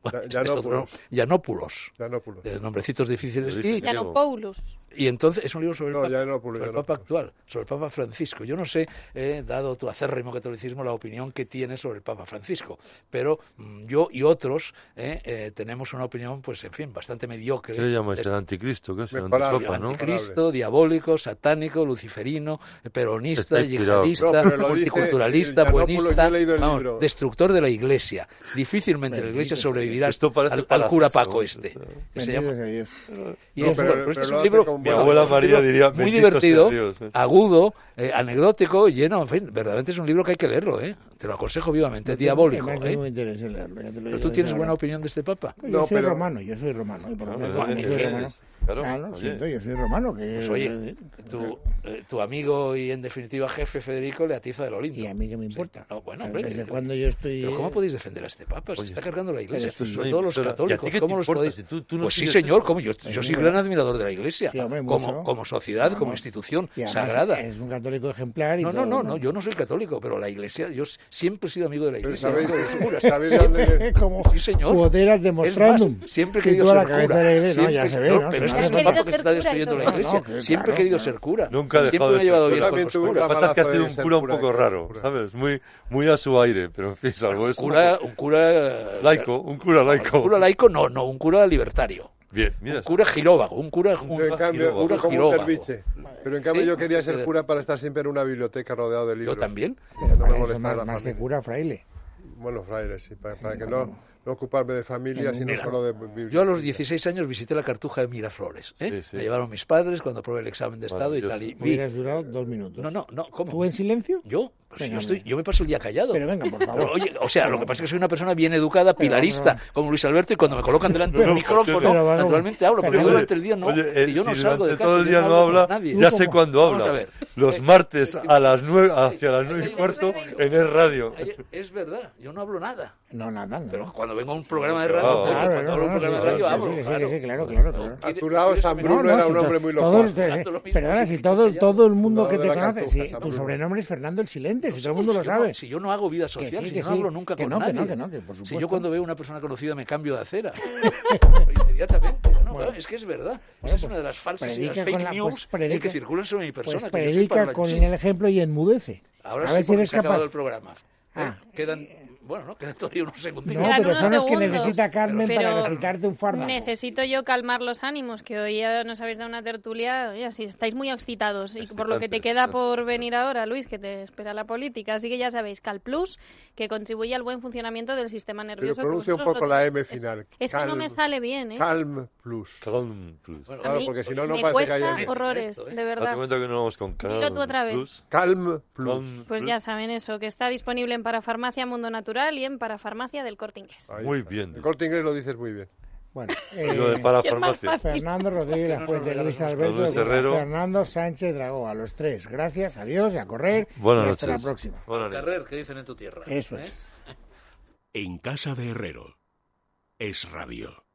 [SPEAKER 3] Ya-
[SPEAKER 2] este es otro nom-
[SPEAKER 3] Yanopoulos.
[SPEAKER 2] Yanopoulos.
[SPEAKER 3] Yanopoulos.
[SPEAKER 2] Eh, nombrecitos difíciles.
[SPEAKER 4] Lo
[SPEAKER 2] Y
[SPEAKER 4] dije.
[SPEAKER 5] Yanopoulos.
[SPEAKER 2] y entonces es un libro sobre,
[SPEAKER 3] No,
[SPEAKER 2] el,
[SPEAKER 3] ya
[SPEAKER 2] Papa,
[SPEAKER 3] no, Pablo,
[SPEAKER 2] sobre
[SPEAKER 3] ya
[SPEAKER 2] el
[SPEAKER 1] Pues,
[SPEAKER 3] no.
[SPEAKER 2] Papa actual, sobre el Papa Francisco. Yo no sé, eh, dado tu acérrimo catolicismo, la opinión que tienes sobre el Papa Francisco, pero mm, yo y otros eh, eh, tenemos una opinión, pues en fin, bastante mediocre.
[SPEAKER 4] ¿Qué le llamáis?
[SPEAKER 2] Este-
[SPEAKER 4] El anticristo, que es el
[SPEAKER 3] Mejorable.
[SPEAKER 4] antisopa, ¿no?
[SPEAKER 2] Anticristo, diabólico, satánico, luciferino, peronista,
[SPEAKER 4] Está inspirado.
[SPEAKER 2] yihadista,
[SPEAKER 3] No, pero lo dice
[SPEAKER 2] multiculturalista,
[SPEAKER 3] el Yanopoulos, yo
[SPEAKER 2] buenista,
[SPEAKER 3] he leído el
[SPEAKER 2] vamos,
[SPEAKER 3] libro.
[SPEAKER 2] destructor de la iglesia. Difícilmente la
[SPEAKER 1] Bendito
[SPEAKER 2] iglesia
[SPEAKER 1] sea
[SPEAKER 2] sobrevivirá
[SPEAKER 4] Esto parece
[SPEAKER 2] al, al
[SPEAKER 4] Palacios,
[SPEAKER 2] cura Paco
[SPEAKER 4] ¿no?
[SPEAKER 2] este. que se
[SPEAKER 1] Bendito
[SPEAKER 2] llama
[SPEAKER 1] sea Dios.
[SPEAKER 2] y
[SPEAKER 3] No,
[SPEAKER 2] es bueno,
[SPEAKER 3] pero-
[SPEAKER 2] pero este
[SPEAKER 3] pero
[SPEAKER 2] es
[SPEAKER 3] lo
[SPEAKER 2] un
[SPEAKER 3] hace
[SPEAKER 2] libro
[SPEAKER 3] con
[SPEAKER 4] Mi
[SPEAKER 3] Bueno,
[SPEAKER 4] abuela
[SPEAKER 3] un
[SPEAKER 4] María diría,
[SPEAKER 2] muy
[SPEAKER 4] "Bendito sea
[SPEAKER 2] divertido,
[SPEAKER 4] Dios".
[SPEAKER 2] agudo, eh, anecdótico, lleno, en fin, verdaderamente es un libro que hay que leerlo, ¿eh? Te lo aconsejo vivamente, es diabólico,
[SPEAKER 1] Además, no
[SPEAKER 2] ¿eh?
[SPEAKER 1] me interesa leerlo, ya te lo
[SPEAKER 2] Pero
[SPEAKER 1] digo
[SPEAKER 2] tú
[SPEAKER 1] desde
[SPEAKER 2] tienes
[SPEAKER 1] ahora.
[SPEAKER 2] buena opinión de este papa.
[SPEAKER 1] Yo
[SPEAKER 3] No,
[SPEAKER 1] soy
[SPEAKER 3] pero-
[SPEAKER 1] romano, yo soy romano. y por lo
[SPEAKER 4] Claro,
[SPEAKER 1] tanto,
[SPEAKER 4] claro,
[SPEAKER 1] como
[SPEAKER 4] ¿qué
[SPEAKER 1] soy
[SPEAKER 4] eres?
[SPEAKER 1] romano.
[SPEAKER 4] Claro,
[SPEAKER 1] ah, no,
[SPEAKER 4] oye.
[SPEAKER 1] siento, yo soy romano. Que,
[SPEAKER 2] Pues oye, tu, eh, tu amigo y en definitiva jefe Federico le atiza de lo lindo.
[SPEAKER 1] ¿Y a mí qué me importa?
[SPEAKER 2] No,
[SPEAKER 1] Pero
[SPEAKER 2] bueno, hombre,
[SPEAKER 1] ¿Desde
[SPEAKER 2] que-
[SPEAKER 1] cuando yo estoy.?
[SPEAKER 2] Pero ¿cómo podéis defender a este Papa? Se está cargando la Iglesia,
[SPEAKER 4] esto es
[SPEAKER 2] sobre
[SPEAKER 4] una
[SPEAKER 2] todo los
[SPEAKER 4] emisora. ¿Y
[SPEAKER 2] católicos.
[SPEAKER 4] a ti qué te
[SPEAKER 2] ¿Cómo los
[SPEAKER 4] importa
[SPEAKER 2] podéis?
[SPEAKER 4] si tú- tú no
[SPEAKER 2] pues sí,
[SPEAKER 4] sigues
[SPEAKER 2] señor,
[SPEAKER 4] eso?
[SPEAKER 2] como yo, yo soy
[SPEAKER 1] hombre.
[SPEAKER 2] gran admirador de la Iglesia,
[SPEAKER 1] Sí, hombre, mucho.
[SPEAKER 2] como, como sociedad, como
[SPEAKER 1] Vamos.
[SPEAKER 2] institución
[SPEAKER 1] Y además
[SPEAKER 2] sagrada.
[SPEAKER 1] Es un católico ejemplar. Y
[SPEAKER 2] No, no,
[SPEAKER 1] todo,
[SPEAKER 2] no, no, yo no soy católico, pero la Iglesia, yo s- siempre he sido amigo de la
[SPEAKER 3] Pero
[SPEAKER 2] Iglesia.
[SPEAKER 3] ¿Sabéis,
[SPEAKER 2] de los curas.
[SPEAKER 3] ¿sabéis de dónde
[SPEAKER 1] como
[SPEAKER 2] Sí, señor.
[SPEAKER 1] boteras
[SPEAKER 2] Es
[SPEAKER 1] demostrando.
[SPEAKER 2] más, siempre he
[SPEAKER 1] que
[SPEAKER 2] querido
[SPEAKER 1] tú a la
[SPEAKER 2] ser
[SPEAKER 1] cabeza
[SPEAKER 2] cura.
[SPEAKER 1] de la iglesia. No,
[SPEAKER 2] Siempre-
[SPEAKER 1] ya se ve,
[SPEAKER 2] no,
[SPEAKER 1] ¿no?
[SPEAKER 2] pero
[SPEAKER 1] Se
[SPEAKER 2] es no es
[SPEAKER 5] querido
[SPEAKER 2] normal porque
[SPEAKER 5] ser
[SPEAKER 2] se está
[SPEAKER 5] cura y
[SPEAKER 2] destruyendo la
[SPEAKER 5] todo.
[SPEAKER 2] iglesia.
[SPEAKER 1] No, no, que
[SPEAKER 2] Siempre he
[SPEAKER 1] claro,
[SPEAKER 2] querido
[SPEAKER 1] claro.
[SPEAKER 2] ser cura.
[SPEAKER 4] Nunca he
[SPEAKER 2] Y siempre
[SPEAKER 4] dejado
[SPEAKER 2] me
[SPEAKER 4] de
[SPEAKER 2] he llevado
[SPEAKER 4] ser-
[SPEAKER 3] Yo
[SPEAKER 2] bien con
[SPEAKER 3] también
[SPEAKER 2] los
[SPEAKER 3] tuve
[SPEAKER 4] Lo
[SPEAKER 3] una
[SPEAKER 4] que
[SPEAKER 2] curas.
[SPEAKER 4] pasa es que ha
[SPEAKER 3] Malazo
[SPEAKER 4] sido
[SPEAKER 3] de
[SPEAKER 4] un
[SPEAKER 3] ser
[SPEAKER 4] cura un
[SPEAKER 3] cura
[SPEAKER 4] poco
[SPEAKER 3] de
[SPEAKER 4] raro,
[SPEAKER 3] cura.
[SPEAKER 4] ¿sabes? Muy, muy a su aire, pero en fin, salvo
[SPEAKER 2] Un
[SPEAKER 4] eso.
[SPEAKER 2] cura, un cura
[SPEAKER 4] Laico, un cura laico.
[SPEAKER 2] Un Ah, cura laico, no, no, un cura libertario.
[SPEAKER 4] Bien, mira.
[SPEAKER 2] Un cura giróvago, un cura un
[SPEAKER 3] Yo, en cambio,
[SPEAKER 4] giróvago,
[SPEAKER 2] cura
[SPEAKER 3] como un
[SPEAKER 2] giróvago.
[SPEAKER 3] derviche. Pero en cambio
[SPEAKER 2] Sí,
[SPEAKER 3] yo quería
[SPEAKER 2] sí, sí.
[SPEAKER 3] ser cura para estar siempre en una biblioteca rodeado de libros.
[SPEAKER 2] Yo también.
[SPEAKER 3] Que no
[SPEAKER 1] Para
[SPEAKER 3] me
[SPEAKER 1] eso
[SPEAKER 3] molestara
[SPEAKER 1] más,
[SPEAKER 3] la
[SPEAKER 1] más que
[SPEAKER 3] familia.
[SPEAKER 1] cura, fraile.
[SPEAKER 3] Bueno, frailes, sí, para, para que no, no ocuparme de familia, sino
[SPEAKER 2] Mira,
[SPEAKER 3] solo de biblioteca.
[SPEAKER 2] Yo a los 16 años visité la cartuja de Miraflores. ¿eh?
[SPEAKER 4] Sí, sí.
[SPEAKER 2] Me llevaron mis padres cuando aprobé el examen de Estado y
[SPEAKER 4] Maravilloso.
[SPEAKER 2] tal. Y vi-
[SPEAKER 1] Hubieras durado dos minutos.
[SPEAKER 2] No, no, no, ¿cómo?
[SPEAKER 1] ¿Tú en silencio?
[SPEAKER 2] Yo, pues
[SPEAKER 1] Venga,
[SPEAKER 2] yo, estoy,
[SPEAKER 1] hombre.
[SPEAKER 2] yo me paso el día callado.
[SPEAKER 1] Pero venga, por favor.
[SPEAKER 2] Pero, oye, o sea, lo que pasa es que soy una persona bien educada, pilarista,
[SPEAKER 1] no.
[SPEAKER 2] como Luis Alberto, y cuando me colocan delante del
[SPEAKER 4] Pero-
[SPEAKER 2] micrófono,
[SPEAKER 1] pero, vamos.
[SPEAKER 2] naturalmente hablo, pero
[SPEAKER 1] Oye,
[SPEAKER 2] yo durante el día no,
[SPEAKER 4] Oye,
[SPEAKER 2] que
[SPEAKER 4] eh,
[SPEAKER 2] yo no
[SPEAKER 4] si
[SPEAKER 2] salgo de
[SPEAKER 4] durante
[SPEAKER 2] casa.
[SPEAKER 4] todo el
[SPEAKER 2] yo
[SPEAKER 4] día
[SPEAKER 2] no
[SPEAKER 4] no
[SPEAKER 2] hablo con
[SPEAKER 4] habla,
[SPEAKER 2] nadie.
[SPEAKER 4] ya
[SPEAKER 1] ¿Tú
[SPEAKER 4] sé
[SPEAKER 1] cómo?
[SPEAKER 4] cuándo
[SPEAKER 2] Vamos a
[SPEAKER 4] habla.
[SPEAKER 2] ver. Eh,
[SPEAKER 4] Los martes a las nueve, hacia las nueve y
[SPEAKER 2] Ay,
[SPEAKER 4] cuarto
[SPEAKER 2] ay, ay,
[SPEAKER 4] en el radio.
[SPEAKER 2] Ay, Es verdad, yo no hablo nada.
[SPEAKER 1] No, nada, no.
[SPEAKER 2] Pero cuando vengo a un programa de
[SPEAKER 4] Claro,
[SPEAKER 2] radio, pues,
[SPEAKER 4] claro,
[SPEAKER 2] cuando hablo a un programa
[SPEAKER 1] sí,
[SPEAKER 2] de
[SPEAKER 1] sí,
[SPEAKER 2] radio,
[SPEAKER 1] sí,
[SPEAKER 2] hablo.
[SPEAKER 1] sí, sí,
[SPEAKER 2] claro.
[SPEAKER 1] sí, claro, claro, claro.
[SPEAKER 3] A tu lado, San Bruno
[SPEAKER 1] No, no,
[SPEAKER 3] era
[SPEAKER 1] si
[SPEAKER 3] un
[SPEAKER 1] to-
[SPEAKER 3] hombre muy
[SPEAKER 1] todo el-
[SPEAKER 3] locuaz.
[SPEAKER 1] eh,
[SPEAKER 2] Tanto lo mismo,
[SPEAKER 1] Perdona,
[SPEAKER 2] sí,
[SPEAKER 1] si
[SPEAKER 2] sí,
[SPEAKER 1] todo,
[SPEAKER 2] callado.
[SPEAKER 1] todo el mundo
[SPEAKER 3] Al
[SPEAKER 1] que
[SPEAKER 3] lado
[SPEAKER 1] te
[SPEAKER 3] de la
[SPEAKER 1] conoce,
[SPEAKER 3] cartuja,
[SPEAKER 1] sí,
[SPEAKER 3] San
[SPEAKER 1] tu
[SPEAKER 3] Bruno.
[SPEAKER 1] sobrenombre es Fernando el Silente, si todo el
[SPEAKER 2] Sí,
[SPEAKER 1] mundo lo
[SPEAKER 2] si yo no-
[SPEAKER 1] sabe.
[SPEAKER 2] si yo no hago vida social,
[SPEAKER 1] sí,
[SPEAKER 2] si
[SPEAKER 1] que
[SPEAKER 2] no
[SPEAKER 1] sí.
[SPEAKER 2] hablo nunca
[SPEAKER 1] Que
[SPEAKER 2] con
[SPEAKER 1] no, que
[SPEAKER 2] nadie.
[SPEAKER 1] no, que no, que por
[SPEAKER 2] Si
[SPEAKER 1] supuesto.
[SPEAKER 2] yo cuando veo una persona conocida me cambio de acera. Pues Inmediatamente. No, claro, es que es verdad. Esa es
[SPEAKER 1] pues,
[SPEAKER 2] una de las falsas y las
[SPEAKER 1] predica
[SPEAKER 2] fake
[SPEAKER 1] con la- pues,
[SPEAKER 2] news
[SPEAKER 1] predica-
[SPEAKER 2] que circulan sobre mi persona.
[SPEAKER 1] Pues
[SPEAKER 2] que yo soy
[SPEAKER 1] predica con
[SPEAKER 2] parlanchín.
[SPEAKER 1] el ejemplo y enmudece.
[SPEAKER 2] Ahora
[SPEAKER 1] a
[SPEAKER 2] sí,
[SPEAKER 1] ver si
[SPEAKER 2] porque
[SPEAKER 1] eres
[SPEAKER 2] se ha acabado
[SPEAKER 1] capaz.
[SPEAKER 2] el programa.
[SPEAKER 1] Ah.
[SPEAKER 2] Eh, Quedan, bueno, ¿no? Quedan todavía unos segunditos.
[SPEAKER 1] No,
[SPEAKER 5] Eran
[SPEAKER 1] pero
[SPEAKER 5] unos
[SPEAKER 1] son los que
[SPEAKER 5] segundos,
[SPEAKER 1] necesita Carmen
[SPEAKER 5] pero-
[SPEAKER 1] para recitarte un fármaco.
[SPEAKER 5] Necesito yo calmar los ánimos, que hoy ya nos habéis dado una tertulia, oye, si estáis muy excitados y por lo que te
[SPEAKER 4] Excitantes.
[SPEAKER 5] queda por venir ahora, Luis, que te espera la política. Así que ya sabéis, Calplus, que contribuye al buen funcionamiento del sistema
[SPEAKER 3] Pero
[SPEAKER 5] nervioso. que
[SPEAKER 3] pronuncia un
[SPEAKER 5] vosotros
[SPEAKER 3] poco
[SPEAKER 5] lo
[SPEAKER 3] la
[SPEAKER 5] tenéis.
[SPEAKER 3] M final.
[SPEAKER 5] Es que no me
[SPEAKER 3] Calm-
[SPEAKER 5] sale bien, ¿eh?
[SPEAKER 3] Calm Plus.
[SPEAKER 4] Calm Plus.
[SPEAKER 2] Bueno,
[SPEAKER 5] A
[SPEAKER 3] Claro,
[SPEAKER 5] mí
[SPEAKER 3] porque si no, no
[SPEAKER 5] me
[SPEAKER 3] parece que
[SPEAKER 5] cuesta
[SPEAKER 3] haya...
[SPEAKER 5] horrores,
[SPEAKER 2] Esto, ¿eh?
[SPEAKER 5] de
[SPEAKER 4] Date
[SPEAKER 5] verdad.
[SPEAKER 4] cuenta que no vamos con Calm
[SPEAKER 5] Dilo tú otra vez.
[SPEAKER 4] Plus.
[SPEAKER 3] Calm Plus.
[SPEAKER 4] Calm
[SPEAKER 5] Pues
[SPEAKER 4] Plus.
[SPEAKER 5] ya saben eso, que está disponible en Parafarmacia Mundo Natural y en Parafarmacia del Corte Inglés.
[SPEAKER 3] Ahí
[SPEAKER 4] Muy
[SPEAKER 3] está.
[SPEAKER 4] bien.
[SPEAKER 3] El corte inglés lo dices muy bien.
[SPEAKER 1] Bueno,
[SPEAKER 4] Y lo de
[SPEAKER 1] eh,
[SPEAKER 4] para
[SPEAKER 5] Qué mal
[SPEAKER 4] farmacia.
[SPEAKER 5] fácil.
[SPEAKER 1] Fernando Rodríguez La Fuente, Luis Alberto,
[SPEAKER 4] Luis Herrero.
[SPEAKER 1] Fernando Sánchez Dragó, a los tres. Gracias, adiós y a correr.
[SPEAKER 4] Buenas
[SPEAKER 1] y
[SPEAKER 4] noches.
[SPEAKER 1] hasta la próxima.
[SPEAKER 4] Buenas noches.
[SPEAKER 2] Carrer, ¿qué dicen en tu tierra?
[SPEAKER 1] Eso
[SPEAKER 2] ¿Eh?
[SPEAKER 1] es.
[SPEAKER 6] En casa de Herrero. Es radio.